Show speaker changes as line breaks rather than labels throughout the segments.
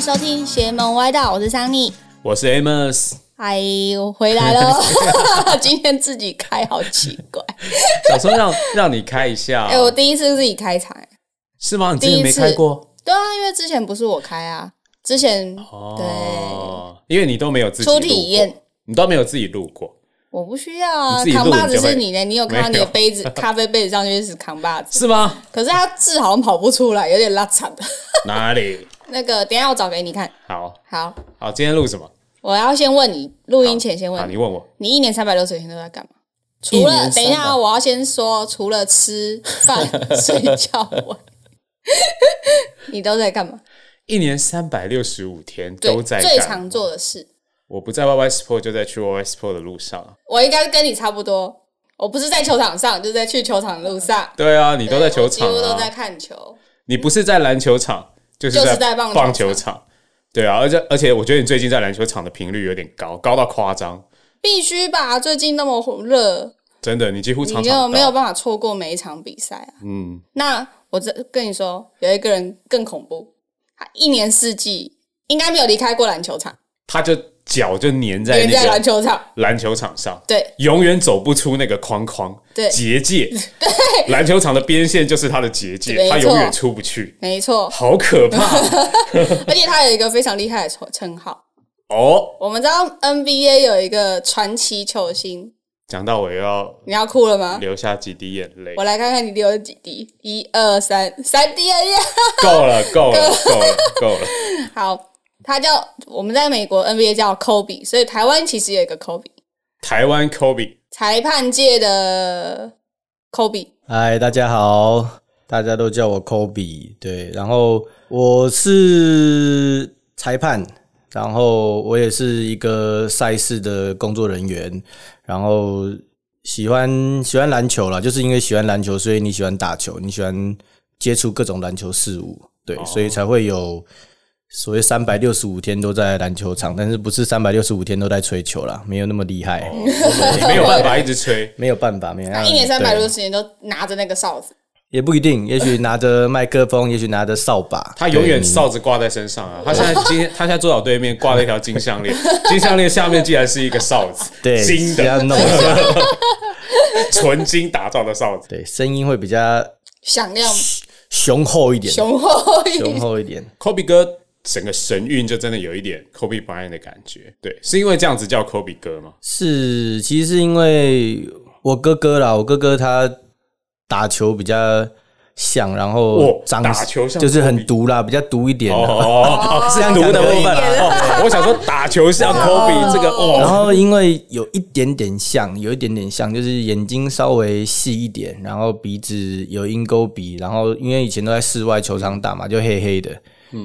收听《邪门歪道》，我是桑尼。
我是 Amos，
嗨，我回来 了。今天自己开，好奇怪。
想说让让你开一下，哦
哎、我第一次自己开场、哎
是吗？你之
第一
前没
次
开过
对啊，因为之前不是我开啊，之前、
哦，因为你都没有自己
初
录
体
过
验，
你都没有自己录过，
我不需要啊。
你自己录
扛把子
你就会
是你的，你有看到你
没有
的杯 子、咖啡杯子上就是扛把子，
是吗？
可是它字好像跑不出来，有点拉惨的。
哪里？
那个，等一下我找给你看。
好
好，
好，今天录什么？
我要先问你，录音
好
前先
好，
问
你
你，
问我。
你一年三百六十天都在干嘛？除
一年
了等一下
300
啊，我要先说，除了吃 饭、睡觉外，你都在干嘛？
一年三百六十五天
对，
都在
最
干
常做的事，
我不在 YY Sport 就在去 YY Sport 的路上。
我应该跟你差不多。我不是在球场上，就是在去球场的路上。
对啊，你都在球场
我几乎都在
啊，
看球。
你不是在篮球场，就是
就是在
在
棒球
棒球
场
场。对啊，而且而且我觉得你最近在篮球场的频率有点高，高到夸张。
必须吧，最近那么热，
真的，你几乎
你
常
没有
常
没有
到
办法错过每一场比赛啊。
嗯，
那我这跟你说，有一个人更恐怖，他一年四季应该没有离开过篮球场，
他就脚就粘在
连在
那
篮
个
球场。
篮球场上，
对
永远走不出那个框框
对
结界。对，篮球场的边线就是他的结界，
没
他
错
永远出不去，
没错，
好 可怕
而且他有一个非常厉害的称称号。
哦！
我们知道 NBA 有一个传奇球星，
讲到我要
你要哭了吗？
流下几滴眼泪
我，来看看你流了几滴，一二三，三滴而已啊。
够 了，够了，够了，够了。
好，他叫我们在美国 NBA 叫 Kobe，所以台湾其实有一个 Kobe，
台湾 Kobe
裁判界的 Kobe。
嗨，大家好，大家都叫我 Kobe。对，然后我是裁判，然后我也是一个赛事的工作人员，然后喜欢喜欢篮球啦，就是因为喜欢篮球，所以你喜欢打球，你喜欢接触各种篮球事物，对，
哦
所以才会有。所谓三百六十五天都在篮球场，但是不是三百六十五天都在吹球啦，没有那么厉害，
没有办法一直吹，
没有办法，没有办
他
法。
哦一年三
对
百六十天都拿着那个哨子，
也不 一定，也许拿着麦克风，也许拿着扫把，
他永远
对
哨子挂在身上啊！他现在今天他现在坐到我对面挂了一条金项 链，金项链下面竟然是一个哨子，
对
金
是要
的
弄一下
纯金打造的哨子。
对声音会比较
响亮
雄厚一点，
雄厚一
雄
点。
厚一点。
Kobe 哥整个神韵就真的有一点 Kobe Bryant 的感觉，对，是因为这样子叫 Kobe 哥吗？
是，其实是因为我哥哥啦，我哥哥他打球比较像，然后
哦
长
打球像
就是很
Kobe
毒啦，比较毒一点啊。
哦，
这样
毒
讲
的部
可以
分
吗
啊，哦我想说打球像 Kobe 这个
然
哦，
后因为有一点点像，有一点点像，就是眼睛稍微细一点，然后鼻子有鹰钩鼻，然后因为以前都在室外球场打嘛，就黑黑的，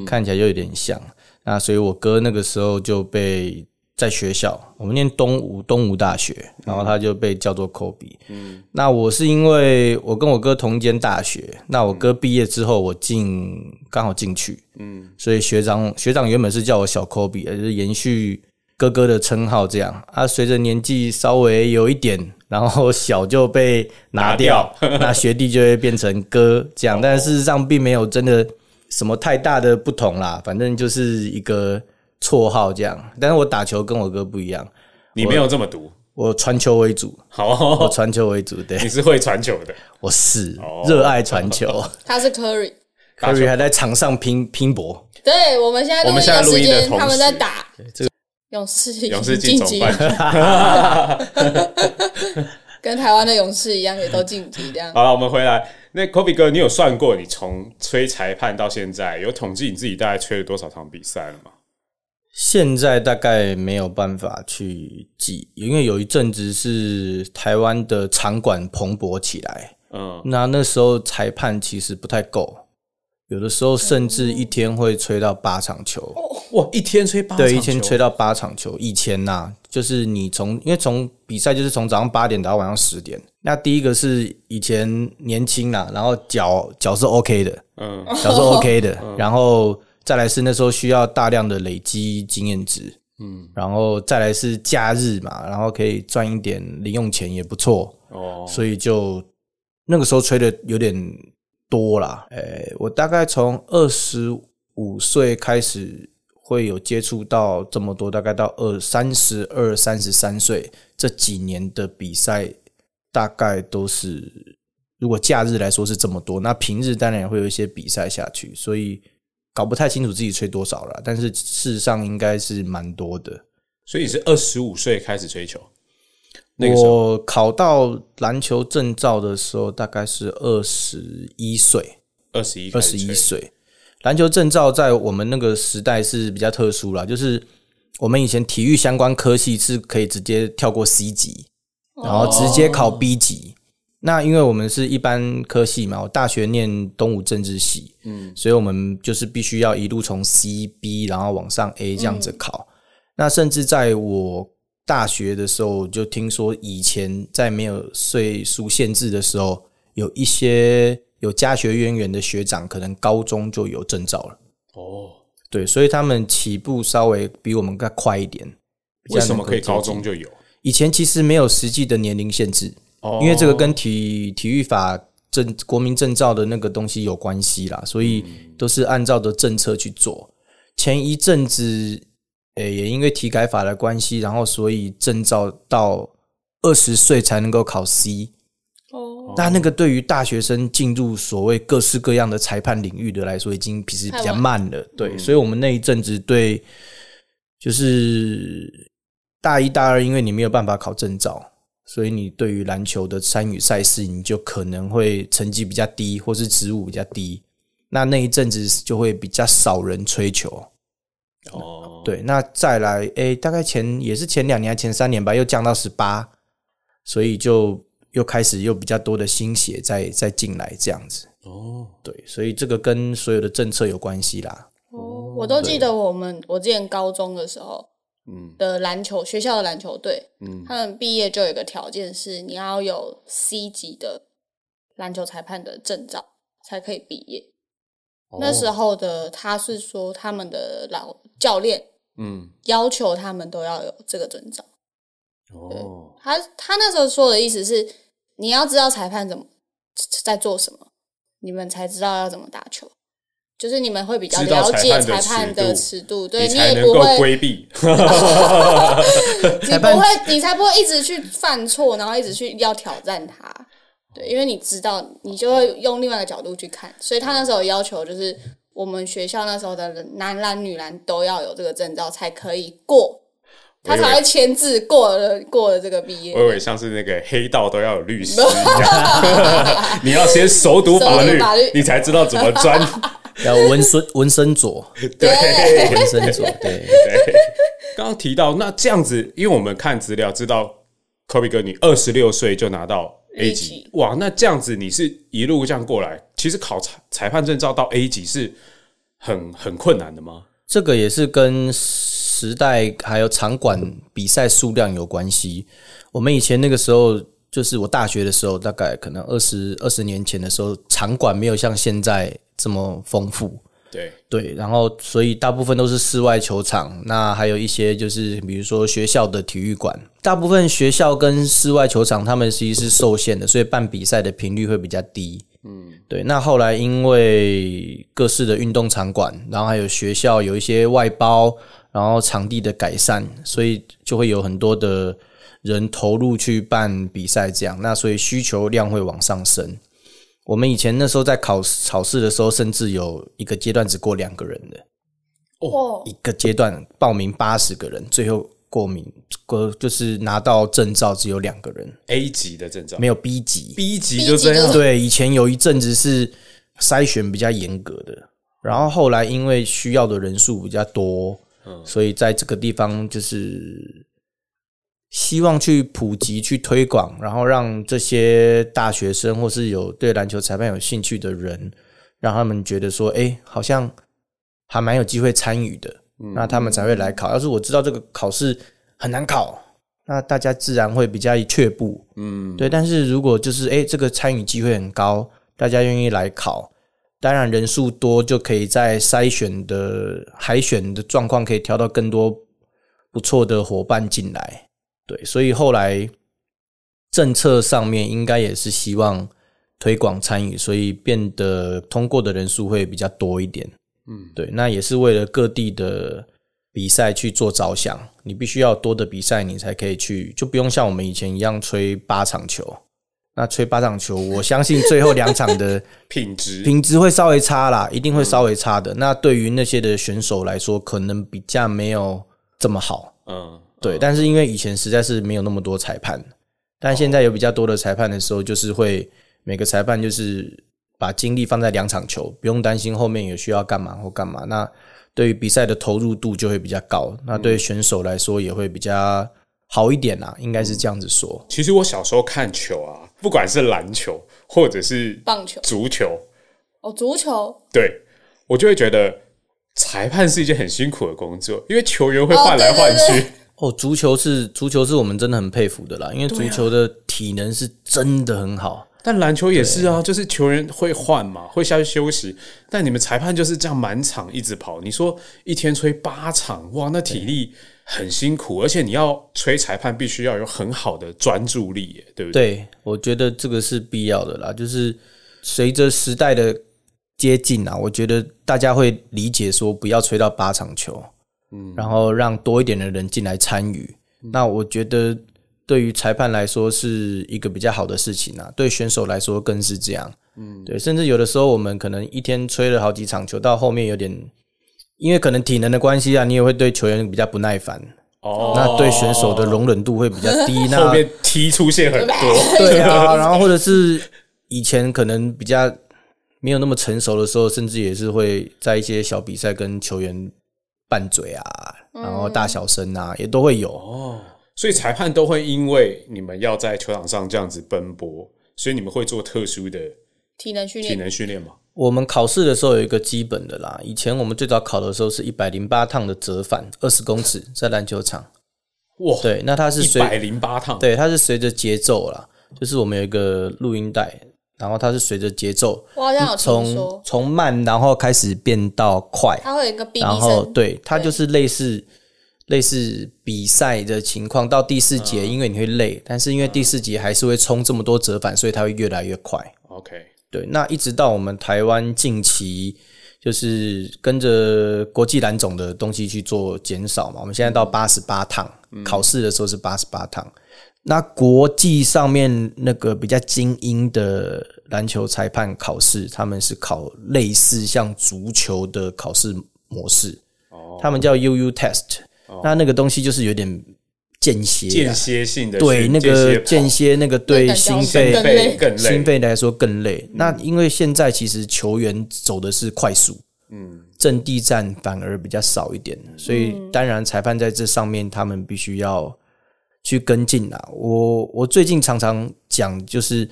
看起来就有点像。那所以我哥那个时候就被在学校，我们念东吴东吴大学，然后他就被叫做科比。嗯，那我是因为我跟我哥同一间大学，那我哥毕业之后我进刚好进去，所以学长学长原本是叫我小科比，就是延续哥哥的称号这样啊。随着年纪稍微有一点，然后小就被拿掉，哦那学弟就会变成哥这样。但事实上并没有真的什么太大的不同啦，反正就是一个绰号这样。但是我打球跟我哥不一样，
你没有这么毒，
我传球为主，
好
我
哦，
传球为主，对
你是会传球的，
我是热爱传球。
他是 Curry，
哦 打球
Curry 还在场上拼拼搏，
对我们现在
我们现在
录
录
音
音
的
的
时间，
同时
他们在打
这
勇士
勇士进
晋
总
级，
冠。
跟台湾的勇士一样，也都晋级这样。
好了，我们回来。那 Kobe 哥，你有算过你从吹裁判到现在，有统计你自己大概吹了多少场比赛了吗？
现在大概没有办法去记，因为有一阵子是台湾的场馆蓬勃起来，
嗯，
那那时候裁判其实不太够，有的时候甚至一天会吹到八场球，
哇，一天哦吹八
对，
场
一天
球
吹到八场球。以前呐、就是你从因为从比赛就是从早上八点打到晚上十点，那第一个是以前年轻啦，然后脚脚是 OK 的，
嗯，
小时候 OK 的，然后再来是那时候需要大量的累积经验值，嗯，然后再来是假日嘛，然后可以赚一点零用钱也不错，
哦，
所以就那个时候吹的有点多啦。诶、我大概从二十五岁开始，会有接触到这么多，大概到二三十二、三十三岁这几年的比赛，大概都是如果假日来说是这么多，那平日当然也会有一些比赛下去，所以搞不太清楚自己吹多少了，但是事实上应该是蛮多的。
所以你是二十五岁开始追求，那个时候
我考到篮球证照的时候，大概是二十一岁。
二十一，
二十一岁。篮球证照在我们那个时代是比较特殊啦，就是我们以前体育相关科系是可以直接跳过 C 级，然后直接考 B 级。那因为我们是一般科系嘛，我大学念东吴政治系，嗯，所以我们就是必须要一路从 C、B，然后往上 A 这样子考。那甚至在我大学的时候，就听说以前在没有岁数限制的时候，有一些有家学渊源的学长，可能高中就有证照了。
哦。
对，所以他们起步稍微比我们更快一点。比较
为什么
能够
可以
接近
高中就有？
以前其实没有实际的年龄限制，
哦
因为这个跟体体育法证国民证照的那个东西有关系啦，所以都是按照的政策去做。前一阵子，诶、也因为体改法的关系，然后所以证照到二十岁才能够考 C。
哦，
那那个对于大学生进入所谓各式各样的裁判领域的来说，已经其实比较慢了。嗯对，所以我们那一阵子对，就是大一、大二，因为你没有办法考证照，所以你对于篮球的参与赛事，你就可能会成绩比较低，或是职务比较低。那那一阵子就会比较少人吹球。
哦，
对，那再来，诶、大概前也是前两年、前三年吧，又降到十八，所以就又开始又比较多的新血再再进来这样子。
哦，
对，所以这个跟所有的政策有关系 啦。
哦，我都记得我们我之前高中的时候
嗯
的篮球学校的篮球队，
嗯，
他们毕业就有一个条件是你要有 C 级的篮球裁判的证照才可以毕业。那时
候，
候的他是说他们的老教练
嗯，
要求他们都要有这个证照。
哦，
他他那时候说的意思是，你要知道裁判怎么在做什么，你们才知道要怎么打球。就是你们会比较
知道
了解
裁
裁
判
判
的
的尺
尺
度，对
你才
也
能
不
够
会，
规 避。
你不会，你才不会一直去犯错，然后一直去要挑战他。对，因为你知道，你就会用另外一个角度去看。所以他那时候要求就是，我们学校那时候的男篮、女篮都要有这个证照才可以过，
我
他
以为
才会签字过了过了这个毕业
我。以为像是那个黑道都要有律师一样， 你要先熟读 法
熟
律
读法律，
你才知道怎么钻。
要纹身纹身左，
对，
纹身左，对，
刚刚提到那这样子，因为我们看资料知道，Kobe 哥你二十六岁就拿到 A
A
级
级，
哇，那这样子你是一路这样过来，其实考裁裁判证照到 A 级是很很困难的吗？
这个也是跟时代还有场馆比赛数量有关系。我们以前那个时候，就是我大学的时候，大概可能二十二十年前的时候，场馆没有像现在这么丰富。
对，
对，然后所以大部分都是室外球场，那还有一些就是比如说学校的体育馆，大部分学校跟室外球场他们其实是受限的，所以办比赛的频率会比较低。嗯，对。那后来因为各式的运动场馆，然后还有学校有一些外包，然后场地的改善，所以就会有很多的人投入去办比赛，这样那所以需求量会往上升。我们以前那时候在考考试的时候，甚至有一个阶段只过两个人的，
哦
一个阶段报名八十个人，最后过名过就是拿到证照只有两个人，
A 级的证照
没有 B 级。
，B 级就这
级就
样
是。
对，以前有一阵子是筛选比较严格的，然后后来因为需要的人数比较多，所以在这个地方就是希望去普及、去推广，然后让这些大学生或是有对篮球裁判有兴趣的人，让他们觉得说，哎、好像还蛮有机会参与的，那他们才会来考。要是我知道这个考试很难考，那大家自然会比较却步。嗯，对。但是如果就是哎、诶这个参与机会很高，大家愿意来考，当然人数多就可以在筛选的海选的状况可以挑到更多不错的伙伴进来。对，所以后来政策上面应该也是希望推广参与，所以变
嗯
得通过的人数会比较多一点。对，那也是为了各地的比赛去做着想，你必须要多的比赛，你才可以去，就不用像我们以前一样吹八场球。那吹八场球，我相信最后两场的
品质
品质会稍微差啦，一定会稍微差的。那对于那些的选手来说，可能比较没有这么好。
嗯，
对，但是因为以前实在是没有那么多裁判，但现在有比较多的裁判的时候，就是会每个裁判就是把精力放在两场球，不用担心后面有需要干嘛或干嘛。那对于比赛的投入度就会比较高，那对选手来说也会比较好一点啦，应该是这样子说。
其实我小时候看球啊，不管是篮球或者是
棒球
足球，
哦，足球
对我就会觉得裁判是一件很辛苦的工作，因为球员会
哦
换来
对
换
对
去。
哦，足球是足球是我们真的很佩服的啦，因为足球的体能是真的很好。
但篮球也是啊，就是球员会换嘛，会下去休息。但你们裁判就是这样满场一直跑，你说一天吹八场，哇，那体力很辛苦，而且你要吹裁判必须要有很好的专注力耶，对不对？
对，我觉得这个是必要的啦。就是随着时代的接近啊，我觉得大家会理解说不要吹到八场球，嗯，然后让多一点的人进来参与。
嗯
那我觉得对于裁判来说是一个比较好的事情啊，对选手来说更是这样。嗯，对，甚至有的时候我们可能一天吹了好几场球，到后面有点。因为可能体能的关系啊，你也会对球员比较不耐烦，
哦
那对选手的容忍度会比较低。那
后面踢出现很 多，
对啊，然后或者是以前可能比较没有那么成熟的时候，甚至也是会在一些小比赛跟球员拌嘴啊，然后大小声啊，也都会有。
所以裁判都会因为你们要在球场上这样子奔波，所以你们会做特殊的
体能训
体
练，
能训练嘛？
我们考试的时候有一个基本的啦，以前我们最早考的时候是一百零八趟的折返，二十公尺，在篮球场。
哇，
对，那它是
一
随
百零八趟，
对，它是随着节奏啦，就是我们有一个录音带，然后它是随着节奏
我好像有听
从
说，
从慢然后开始变到快，
它会有一个哔
然
哔
后
声，
对，它
对
就是类似类似比赛的情况。到第四节，因为你会累，但是因为第四节还是会冲这么多折返，所以它会越来越快。
，OK，
对，那一直到我们台湾近期就是跟着国际篮总的东西去做减少嘛，我们现在到八十八趟，考试的时候是八十八趟。那国际上面那个比较精英的篮球裁判考试，他们是考类似像足球的考试模式，他们叫 UU test。那那个东西就是有点间歇啊，
间歇性的
对
训
那个间
间歇
歇那个对
感觉
心
好像
肺
跑
更
背
累
更累，嗯
心肺来说更累。那因为现在其实球员走的是快速，嗯，阵地战反而比较少一
嗯
点，所以当然裁判在这上面他们必须要去跟进啦。我我最近常常讲，就是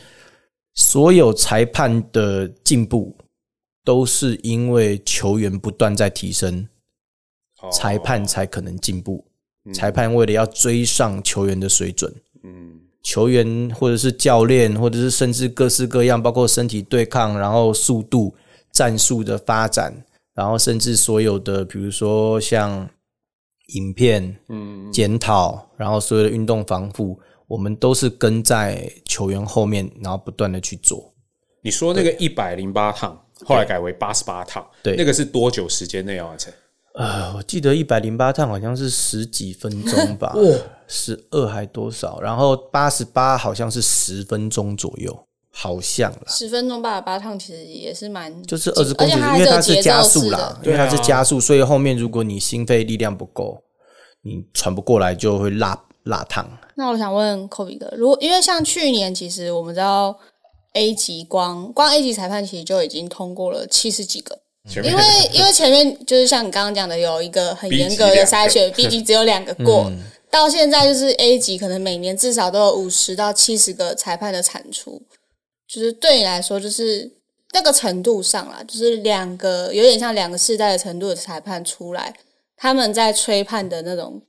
所有裁判的进步都是因为球员不断在提升，
哦
裁判才可能进步。裁判为了要追上球员的水准，
嗯，
球员或者是教练，或者是甚至各式各样，包括身体对抗，然后速度、战术的发展，然后甚至所有的，比如说像影片、嗯，检讨，然后所有的运动防护，我们都是跟在球员后面，然后不断的去做。
你说那个一百零八趟，后来改为八十八趟，
对
那个是多久时间内啊要完成？
呃，我记得一百零八趟好像是十几分 钟吧，十二还多少？然后八十八好像是十分钟左右，好像啦。
十分钟八十八趟，其实也是蛮
就是二十
而
公里，
且它
因为它
还是有
是
节
加
奏
速
式
啦
的，
因为它是
对啊
加速，所以后面如果你心肺力量不够，你喘不过来就会辣辣烫。
那我想问 Kobe 哥，如果因为像去年，其实我们知道 A 级光光 A 级裁判其实就已经通过了七十几个，
前面
因为 因为前面就是像你刚刚讲的，有一个很
B 级
严格的
两个嗯
筛选，B 级只有两个过，到现在就是 A 级可能每年至少都有五十到七十个裁判的产出，就是对你来说，就是那个程度上啦，就是两个有点像两个世代的程度的裁判出来，他们在吹判的那种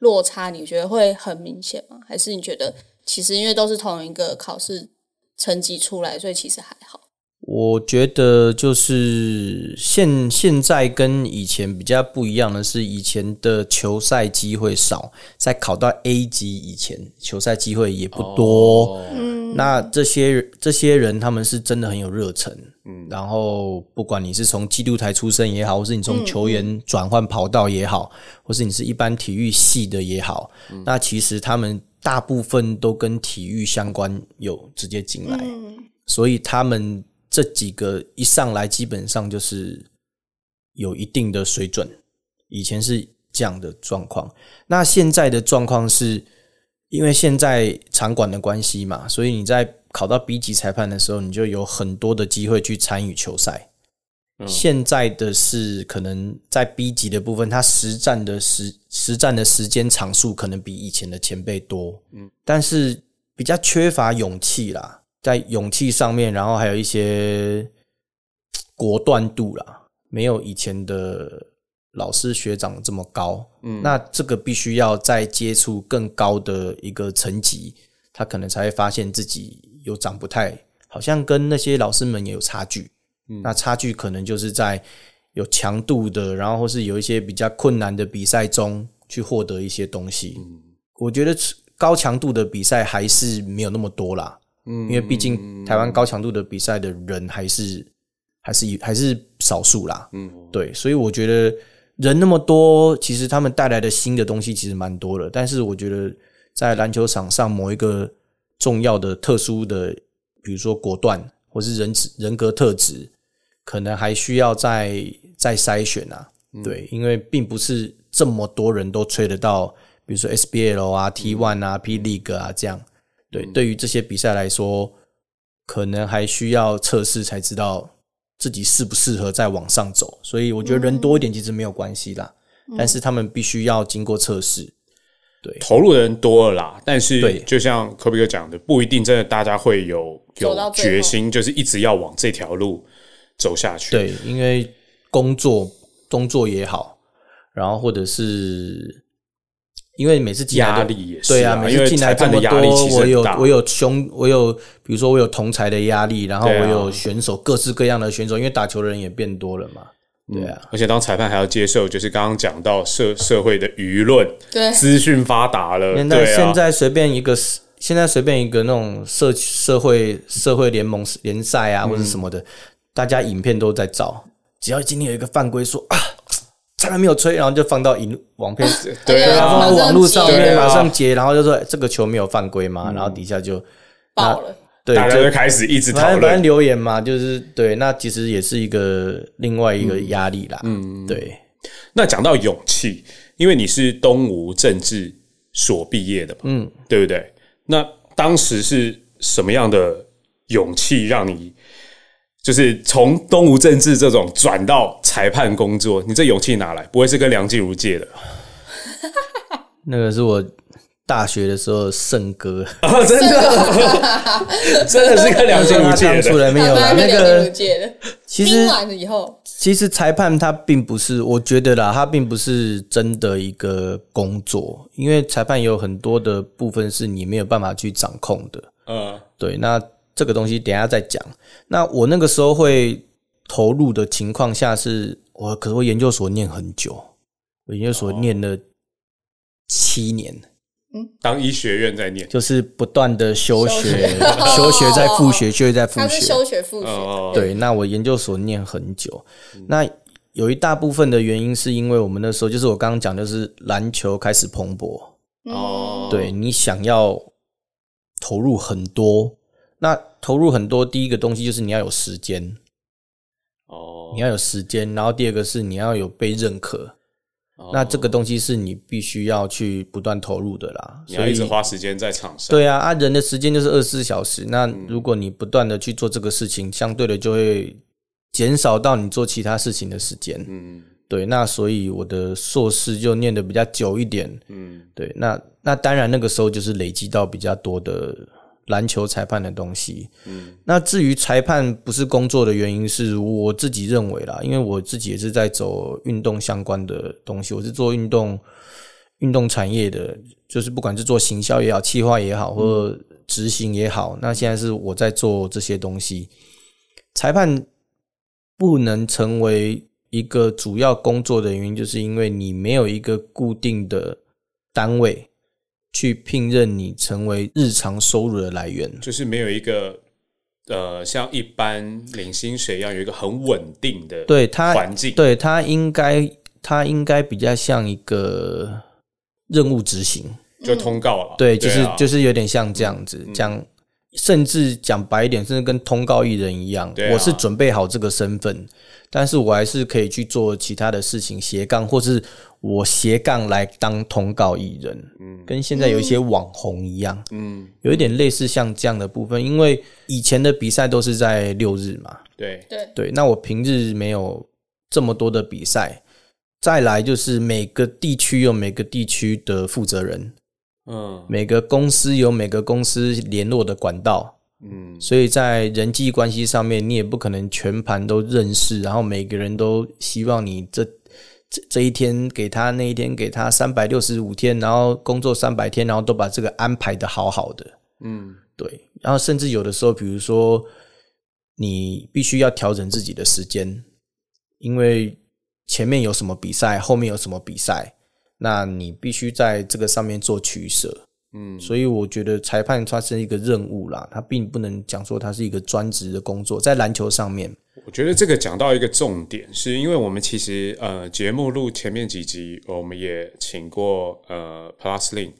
落差，你觉得会很明显吗？还是你觉得其实因为都是同一个考试成绩出来，所以其实还好？
我觉得就是现现在跟以前比较不一样的是，以前的球赛机会少，在考到 A 级以前，球赛机会也不
哦
多。
嗯
那这些这些人，他们是真的很有热忱，嗯，然后不管你是从基督台出身也好，或是你从球员转换跑道也好，或是你是一般体育系的也好，那其实他们大部分都跟体育相关有直接进来，所以他们这几个一上来基本上就是有一定的水准，以前是这样的状况，那现在的状况是。因为现在场馆的关系嘛，所以你在考到 B 级裁判的时候，你就有很多的机会去参与球赛。现在的是可能在 B 级的部分，它实战的时实战的时间场数可能比以前的前辈多，嗯，但是比较缺乏勇气啦，在勇气上面，然后还有一些果断度啦，没有以前的老师学长这么高。嗯，那这个必须要再接触更高的一个层级，他可能才会发现自己有长不太，好像跟那些老师们也有差距。那差距可能就是在有强度的，然后或是有一些比较困难的比赛中去获得一些东西。我觉得高强度的比赛还是没有那么多啦，因为毕竟台湾高强度的比赛的人还是还是还是少数啦。嗯，对，所以我觉得人那么多，其实他们带来的新的东西其实蛮多的。但是我觉得在篮球场上某一个重要的、特殊的，比如说果断或是人质人格特质，可能还需要再再筛选啊。对，因为并不是这么多人都吹得到，比如说 SBL 啊、T One 啊、P League 啊这样。对，对于这些比赛来说，可能还需要测试才知道自己适不适合再往上走。所以我觉得人多一点其实没有关系啦，但是他们必须要经过测试。
投入的人多了啦，但是
对
就像科比哥讲的，不一定真的大家会有
走到
有
最后
决心，就是一直要往这条路走下去。，
对，因为工作工作也好，然后或者是因为每次进来
压
都
力也是
对
啊
每
因为
次进来
裁
这
判的
么
压力
多
其，实
我
很
有
大
我有兄，我有比如说我有同才的压力，然后我
对啊
有选手、各式各样的选手，因为打球的人也变多了嘛。对啊，
嗯而且当裁判还要接受，就是刚刚讲到社社会的舆论，
对
资讯发达了，
现在
对啊
现，在随便一个，现在随便一个那种社社会社会联盟联赛啊，或
嗯
者什么的，大家影片都在找。只要今天有一个犯规说啊，裁判没有吹，然后就放到影网片，
对
对
啊
啊，
放到网络上
对
面
啊嗯
马上截，然后就说哎这个球没有犯规嘛，然后底下就
爆了，
对，
啊大家
就
就开始一直
反
讨
正反正
论。
留言嘛，就是对，那其实也是一个另外一个压力啦，嗯，对，
那讲到勇气，因为你是东吴政治所毕业的嘛，嗯，对不对？那当时是什么样的勇气让你？就是从东吴政治这种转到裁判工作，你这勇气哪来？不会是跟梁静茹借的？
那个是我大学的时候圣歌。
啊， 真的， 真的是跟梁静茹
他
借
当初
的。
来没有啦，
那
那
个
个
界的，
其
听
实
完以后，
其实裁判他并不是，我觉得啦，他并不是真的一个工作，因为裁判有很多的部分是你没有办法去掌控的。
嗯
对，那这个东西等一下再讲。那我那个时候会投入的情况下是，我可是我研究所念很久，我研究所念了七年。
当医学院在念，
就是不断的休
休
学
学，
休学再复学，休学再复
他
学
是。休学复学，
哦，
对，那我研究所念很久，那有一大部分的原因是因为我们那时候就是我刚刚讲，就是篮球开始蓬勃，
哦，
对你想要投入很多，那投入很多，第一个东西就是你要有时间，
哦，
你要有时间，然后第二个是你要有被认可，
哦
那这个东西是你必须要去不断投入的啦，
你
所
要一
以
直花时间在场上。
对啊，啊，人的时间就是二十四小时。那
嗯
如果你不断的去做这个事情，相对的就会减少到你做其他事情的时间。
嗯
对，那所以我的硕士就念的比较久一点。
嗯，
对，那那当然那个时候就是累积到比较多的篮球裁判的东西。嗯，那至于裁判不是工作的原因，是我自己认为啦，因为我自己也是在走运动相关的东西，我是做运动运动产业的，就是不管是做行销也好、企划也好，或者执行也好，那现在是我在做这些东西。裁判不能成为一个主要工作的原因，就是因为你没有一个固定的单位去聘任你成为日常收入的来源。
就是没有一个呃，像一般领薪水一样有一个很稳定的
对他
环境，
对他应该，他应该比较像一个任务执行。
就通告了。
对，就是、
啊嗯
就是有点像这样子讲，甚至讲白一点，甚至跟通告艺人一样，
对啊
我是准备好这个身份，但是我还是可以去做其他的事情，斜杠，或是我斜杠来当通告艺人，跟现在有一些网红一样，
嗯，
有一点类似像这样的部分，因为以前的比赛都是在六日嘛，
对，
对，
对，那我平日没有这么多的比赛。再来就是每个地区有每个地区的负责人，
嗯
每个公司有每个公司联络的管道，
嗯，
所以在人际关系上面，你也不可能全盘都认识，然后每个人都希望你这这这一天给他，那一天给他三百六十五天，然后工作三百天，然后都把这个安排的好好的。
嗯
对，然后甚至有的时候，比如说你必须要调整自己的时间，因为前面有什么比赛，后面有什么比赛，那你必须在这个上面做取舍。
嗯，
所以我觉得裁判它是一个任务啦，它并不能讲说它是一个专职的工作，在篮球上面，
我觉得这个讲到一个重点，是因为我们其实呃节目录前面几集，我们也请过呃 Plus Link，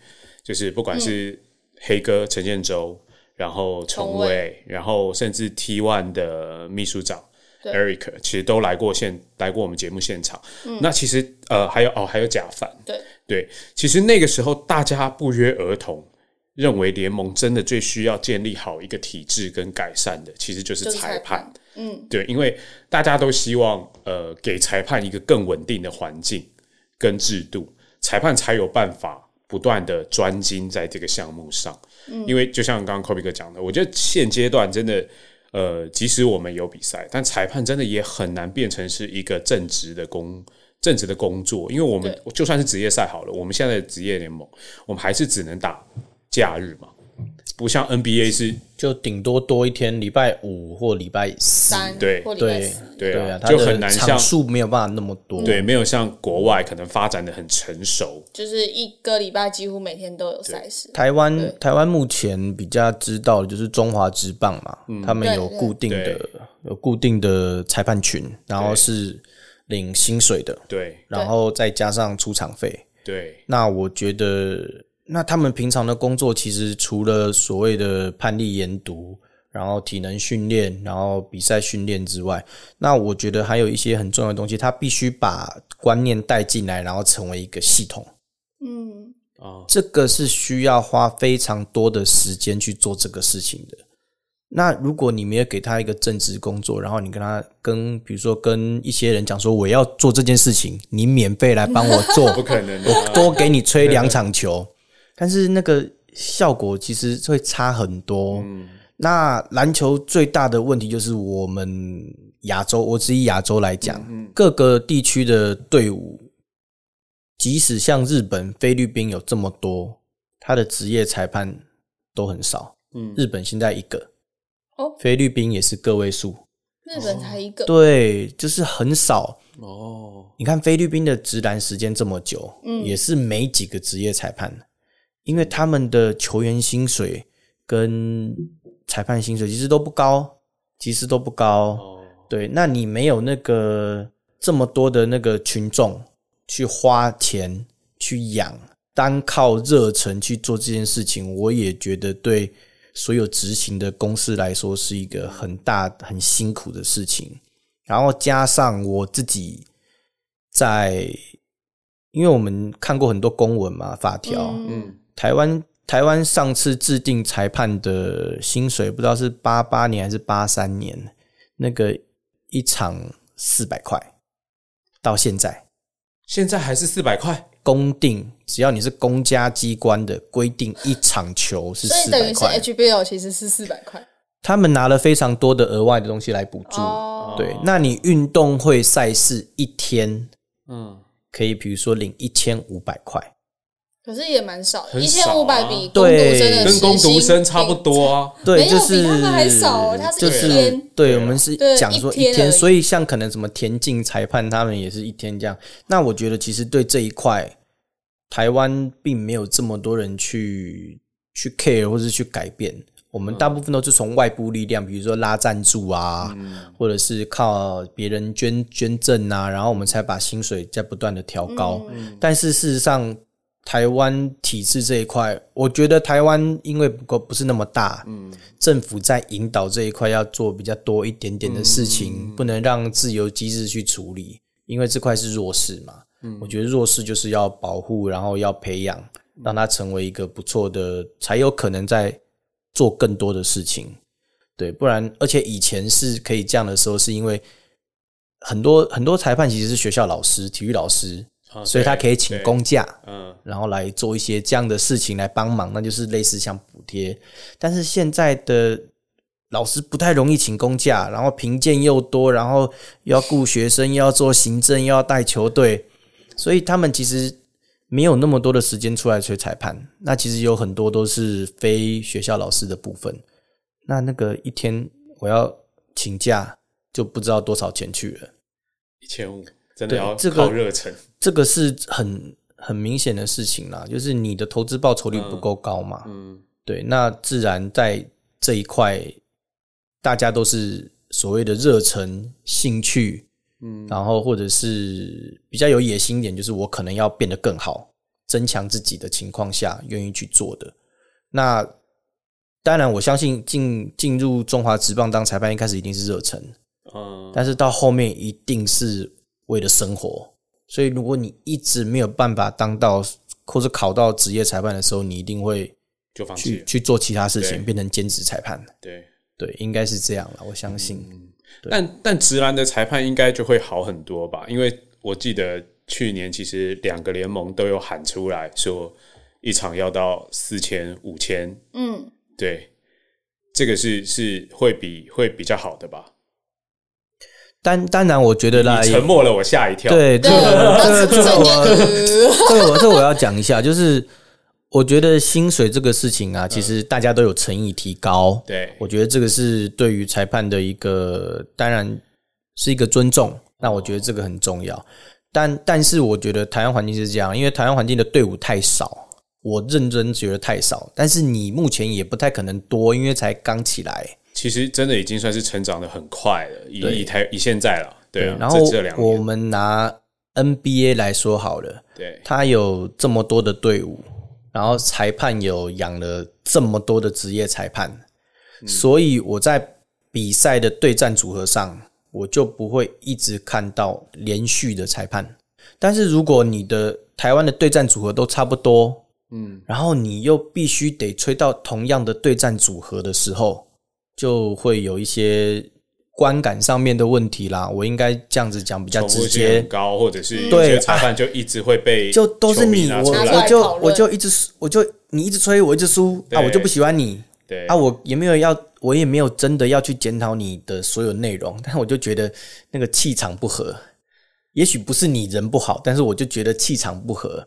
就是不管
嗯
是黑哥陈建州，然后崇
崇
伟
伟，
然后甚至 T One 的秘书长。
对
Eric 其实都来过现来过我们节目现场，
嗯
那其实呃还有哦还有贾凡，
对
对，其实那个时候大家不约而同认为联盟真的最需要建立好一个体制跟改善的，其实就是
就是裁
裁判。
判，嗯，
对，因为大家都希望呃给裁判一个更稳定的环境跟制度，裁判才有办法不断的专精在这个项目上。
嗯
因为就像刚刚 Kobe 哥讲的，我觉得现阶段真的。呃，即使我们有比赛，但裁判真的也很难变成是一个正职的工正职的工作，因为我们就算是职业赛好了，我们现在的职业联盟，我们还是只能打假日嘛，不像 NBA 是
就顶多多一天，礼拜五或礼拜四。
三
对
或礼拜
对
四，嗯
对
对啊，
啊，
它
就
的
很难像
场数没有办法那么多。
对，没有像国外可能发展的很成熟。
就是一个礼拜几乎每天都有赛事，
台湾台湾目前比较知道的就是中华职棒嘛，他们有固定
嗯对
的有固定的裁判群，然后是领薪水的，
对
然后再加上出场费。
对，
那我觉得，那他们平常的工作其实除了所谓的判例研读，然后体能训练，然后比赛训练之外，那我觉得还有一些很重要的东西，他必须把观念带进来，然后成为一个系统。
嗯，
啊、
这个是需要花非常多的时间去做这个事情的。那如果你没有给他一个正职工作，然后你跟他跟比如说跟一些人讲说我要做这件事情，你免费来帮我做，
不可能的啊
我多给你吹两场球， 但是那个效果其实会差很多。
嗯
那篮球最大的问题就是我们亚洲，我只以亚洲来讲，各个地区的队伍，即使像日本、菲律宾有这么多，他的职业裁判都很少。
嗯
日本现在一个，
哦
菲律宾也是个位数，
日本才一个，
对，就是很少。
哦，
你看菲律宾的直男时间这么久，也是没几个职业裁判，因为他们的球员薪水跟裁判薪水其实都不高，其实都不高。
哦
对，那你没有那个这么多的那个群众去花钱去养，单靠热忱去做这件事情，我也觉得对所有执行的公司来说是一个很大很辛苦的事情。然后加上我自己在，因为我们看过很多公文嘛，法条，
嗯，
台湾台湾上次制定裁判的薪水，不知道是八八年还是八三年，那个一场四百块，到现在
现在还是四百块，
公定，只要你是公家机关的规定，一场球是
所以
四
等
百
于是
块。
HBO 其实是四百块
他们拿了非常多的额外的东西来补助。
哦，
对，那你运动会赛事一天
嗯，
可以，比如说领一千五百块，
可是也蛮少的，
很
一
少
千
啊
五百比工读
对
生的
跟
时
工读
薪
生差不多啊。
没
对，
有
就是
比他们还少哦他是
就
一
是
天
对
对，
啊
我们是
对
讲说
一天
一
而
天，
已
所以像可能什么田径裁判他们也是一天这样。那我觉得其实对这一块，台湾并没有这么多人去去 care 或是去改变。我们大部分都是从外部力量，比如说拉赞助啊，或者是靠别人捐捐赠啊，然后我们才把薪水在不断的调高。
嗯
但是事实上，台湾体制这一块，我觉得台湾因为不够不是那么大，
嗯
政府在引导这一块要做比较多一点点的事情，
嗯
不能让自由机制去处理，因为这块是弱势嘛。
嗯
我觉得弱势就是要保护，然后要培养，让他成为一个不错的，才有可能在做更多的事情。对，不然而且以前是可以这样的时候，是因为很多很多裁判其实是学校老师、体育老师，
啊
所以他
对
可以请
对
公假。
嗯，
然后来做一些这样的事情来帮忙，那就是类似像补贴。但是现在的老师不太容易请公假，然后评鉴又多，然后又要顾学生，又要做行政，又要带球队，所以他们其实没有那么多的时间出来吹裁判。那其实有很多都是非学校老师的部分。那那个一天我要请假，就不知道多少钱去了。
一千五真的
对
要
这个
靠热忱。
这个是很很明显的事情啦，就是你的投资报酬率不够高嘛。
嗯，
对，那自然在这一块，大家都是所谓的热忱、兴趣，嗯，然后或者是比较有野心一点，就是我可能要变得更好，增强自己的情况下，愿意去做的。那当然，我相信进进入中华职棒当裁判，一开始一定是热忱，
嗯，
但是到后面一定是为了生活。所以，如果你一直没有办法当到或者考到职业裁判的时候，你一定会
就放弃
去
了。
去做其他事
对
情，变成兼职裁判。
对，
对，应该是这样了，我相信。
嗯但但直男的裁判应该就会好很多吧？因为我记得去年其实两个联盟都有喊出来说，一场要到四千、五千，
嗯，
对，这个是是会比会比较好的吧？
但当然，我觉得啦，
你沉默了，我吓一跳。，
对这
对，
个
那
这个这个我
这个
这个我这个我要讲一下，就是我觉得薪水这个事情啊，其实大家都有诚意提高。
嗯对
我觉得这个是对于裁判的一个，当然是一个尊重。那我觉得这个很重要。但但是我觉得台湾环境是这样，因为台湾环境的队伍太少，我认真觉得太少。但是你目前也不太可能多，因为才刚起来。
其实真的已经算是成长的很快了，以以台以现在了，对啊，
然后
这这两
我
年，
们拿 NBA 来说好了，
对，
他有这么多的队伍，然后裁判有养了这么多的职业裁判，所以我在比赛的对战组合上，我就不会一直看到连续的裁判。但是如果你的台湾的对战组合都差不多，嗯，然后你又必须得吹到同样的对战组合的时候，就会有一些观感上面的问题啦。我应该这样子讲比较
重复
直
性
接
很，高，或者是有
对啊
些裁判就一直会被
就都是
球迷
你，
拿
我
出来
拿
我
出
就
来讨论
我就一直输我就你一直吹，我一直输啊，
对
我就不喜欢你
对
啊，我也没有要，我也没有真的要去检讨你的所有内容， 但我就觉得那个气场不合，也许不是你人不好，但是我就觉得气场不合。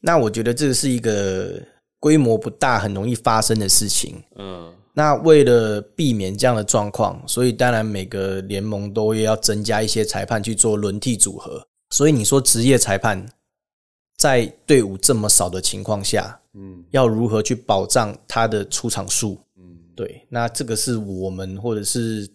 那我觉得这是一个规模不大、很容易发生的事情。
嗯，
那为了避免这样的状况，所以当然每个联盟都要增加一些裁判去做轮替组合。所以你说职业裁判在队伍这么少的情况下，嗯，要如何去保障他的出场数？嗯，对，那这个是我们或者是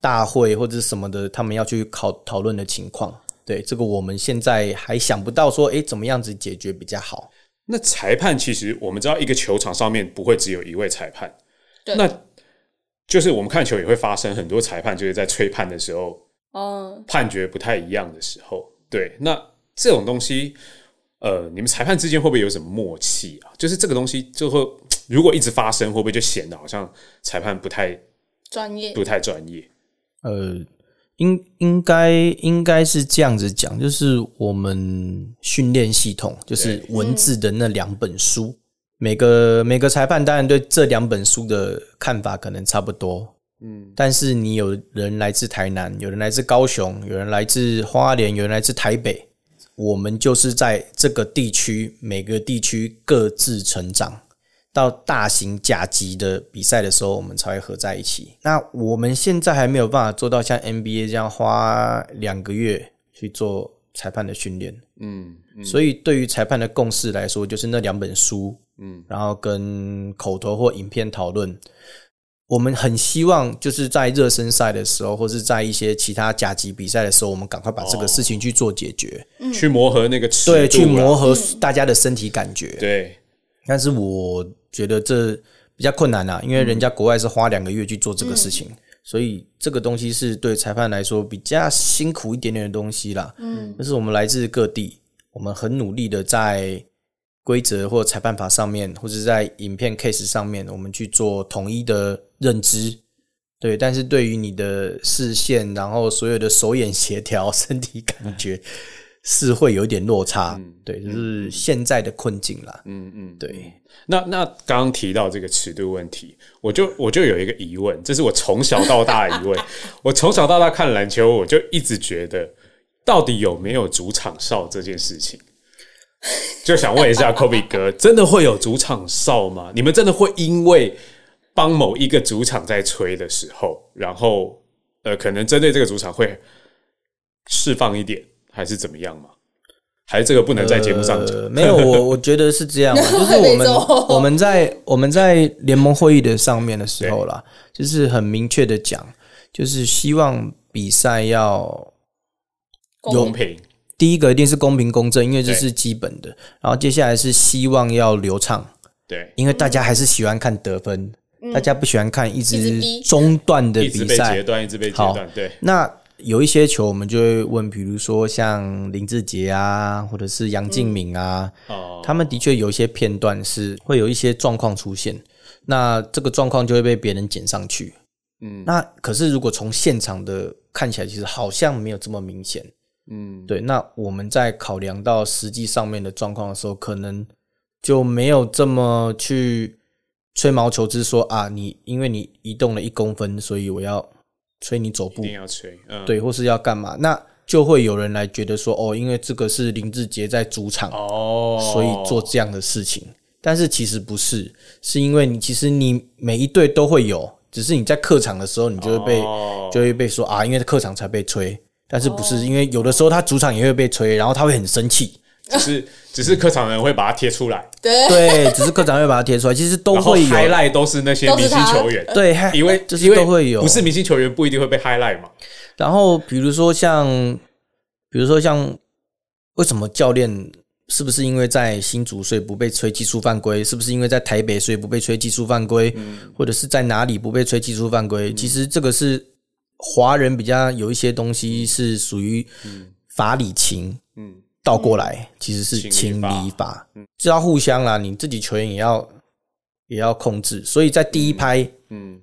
大会或者是什么的，他们要去考讨论的情况。对，这个我们现在还想不到说，诶，怎么样子解决比较好？
那裁判其实我们知道，一个球场上面不会只有一位裁判，
对
那就是我们看球也会发生很多裁判就是在吹判的时候
嗯，
判决不太一样的时候，对，那这种东西，呃，你们裁判之间会不会有什么默契啊？就是这个东西就会如果一直发生，会不会就显得好像裁判不太
专业
不太专业？
呃，应应该应该是这样子讲，就是我们训练系统，就是文字的那两本书，每个每个裁判当然对这两本书的看法可能差不多，嗯，但是你有人来自台南，有人来自高雄，有人来自花莲，有人来自台北，我们就是在这个地区每个地区各自成长。到大型甲级的比赛的时候，我们才会合在一起。那我们现在还没有办法做到像 NBA 这样花两个月去做裁判的训练，
嗯嗯
所以对于裁判的共识来说，就是那两本书，
嗯
然后跟口头或影片讨论。我们很希望就是在热身赛的时候，或是在一些其他甲级比赛的时候，我们赶快把这个事情去做解决，
去磨合那个尺哦度啦，啊
对，去磨合大家的身体感觉。
对，
但是我觉得这比较困难啊，因为人家国外是花两个月去做这个事情，所以这个东西是对裁判来说比较辛苦一点点的东西啦。嗯，但是我们来自各地，我们很努力的在规则或裁判法上面，或者在影片 case 上面，我们去做统一的认知。对，但是对于你的视线，然后所有的手眼协调、身体感觉，是会有一点落差。对，就是现在的困境啦。
嗯嗯。
对，
那那刚刚提到这个尺度问题，我就我就有一个疑问，这是我从小到大的疑问。我从小到大看篮球，我就一直觉得，到底有没有主场哨这件事情？就想问一下 Kobe 哥，真的会有主场哨吗？你们真的会因为帮某一个主场在吹的时候，然后呃，可能针对这个主场会释放一点，还是怎么样吗？还是这个不能在节目上讲？
呃、没有，我 我觉得是 这样啊，就是我
没
们
错
我们在我们在联盟会议的上面的时候啦，
嗯
就是很明确的讲，就是希望比赛要
公平，
第一个一定是公平公正，因为这是基本的，然后接下来是希望要流畅，
对。
因为大家还是喜欢看得分，大家不喜欢看一
嗯一直
直
逼
中断的
一直
比
被
赛
截，断，一直被截
好
断，对，
那有一些球，我们就会问，比如说像林志杰啊，或者是杨敬敏啊，
哦
他们的确有一些片段是会有一些状况出现，那这个状况就会被别人捡上去。
嗯
那可是如果从现场的看起来，其实好像没有这么明显。
嗯，
对，那我们在考量到实际上面的状况的时候，可能就没有这么去吹毛求疵说啊，你因为你移动了一公分，所以我要吹你走
一
步。
定要吹，嗯，，
对，或是要干嘛，那就会有人来觉得说，哦，因为这个是林志杰在主场，
哦，
所以做这样的事情。但是其实不是，是因为你其实你每一队都会有，只是你在客场的时候，你就会被、
哦
就会被说啊，因为客场才被吹。但是不是因为有的时候他主场也会被吹，然后他会很生气。
只是 只是客场人会把它贴出来，
对，
对，只是客场会把它贴出来，其实都
然后
会有。
highlight 都是那些
都
明
是
星
他
球 员，
对，
因为
就
因
是
为
都会有，
不是明星球员不一定会被 highlight 嘛，
然后比如说像，比如说像，为什么教练是不是因为在新竹所以不被吹技术犯规？是不是因为在台北所以不被吹技术犯规？
嗯
或者是在哪里不被吹技术犯规？其实这个是华人比较有一些东西是属于法理情。
嗯，
倒过来其实是情
情理嗯
理法，这要互相啦，你自己球员也要也要控制，所以在第一拍，
嗯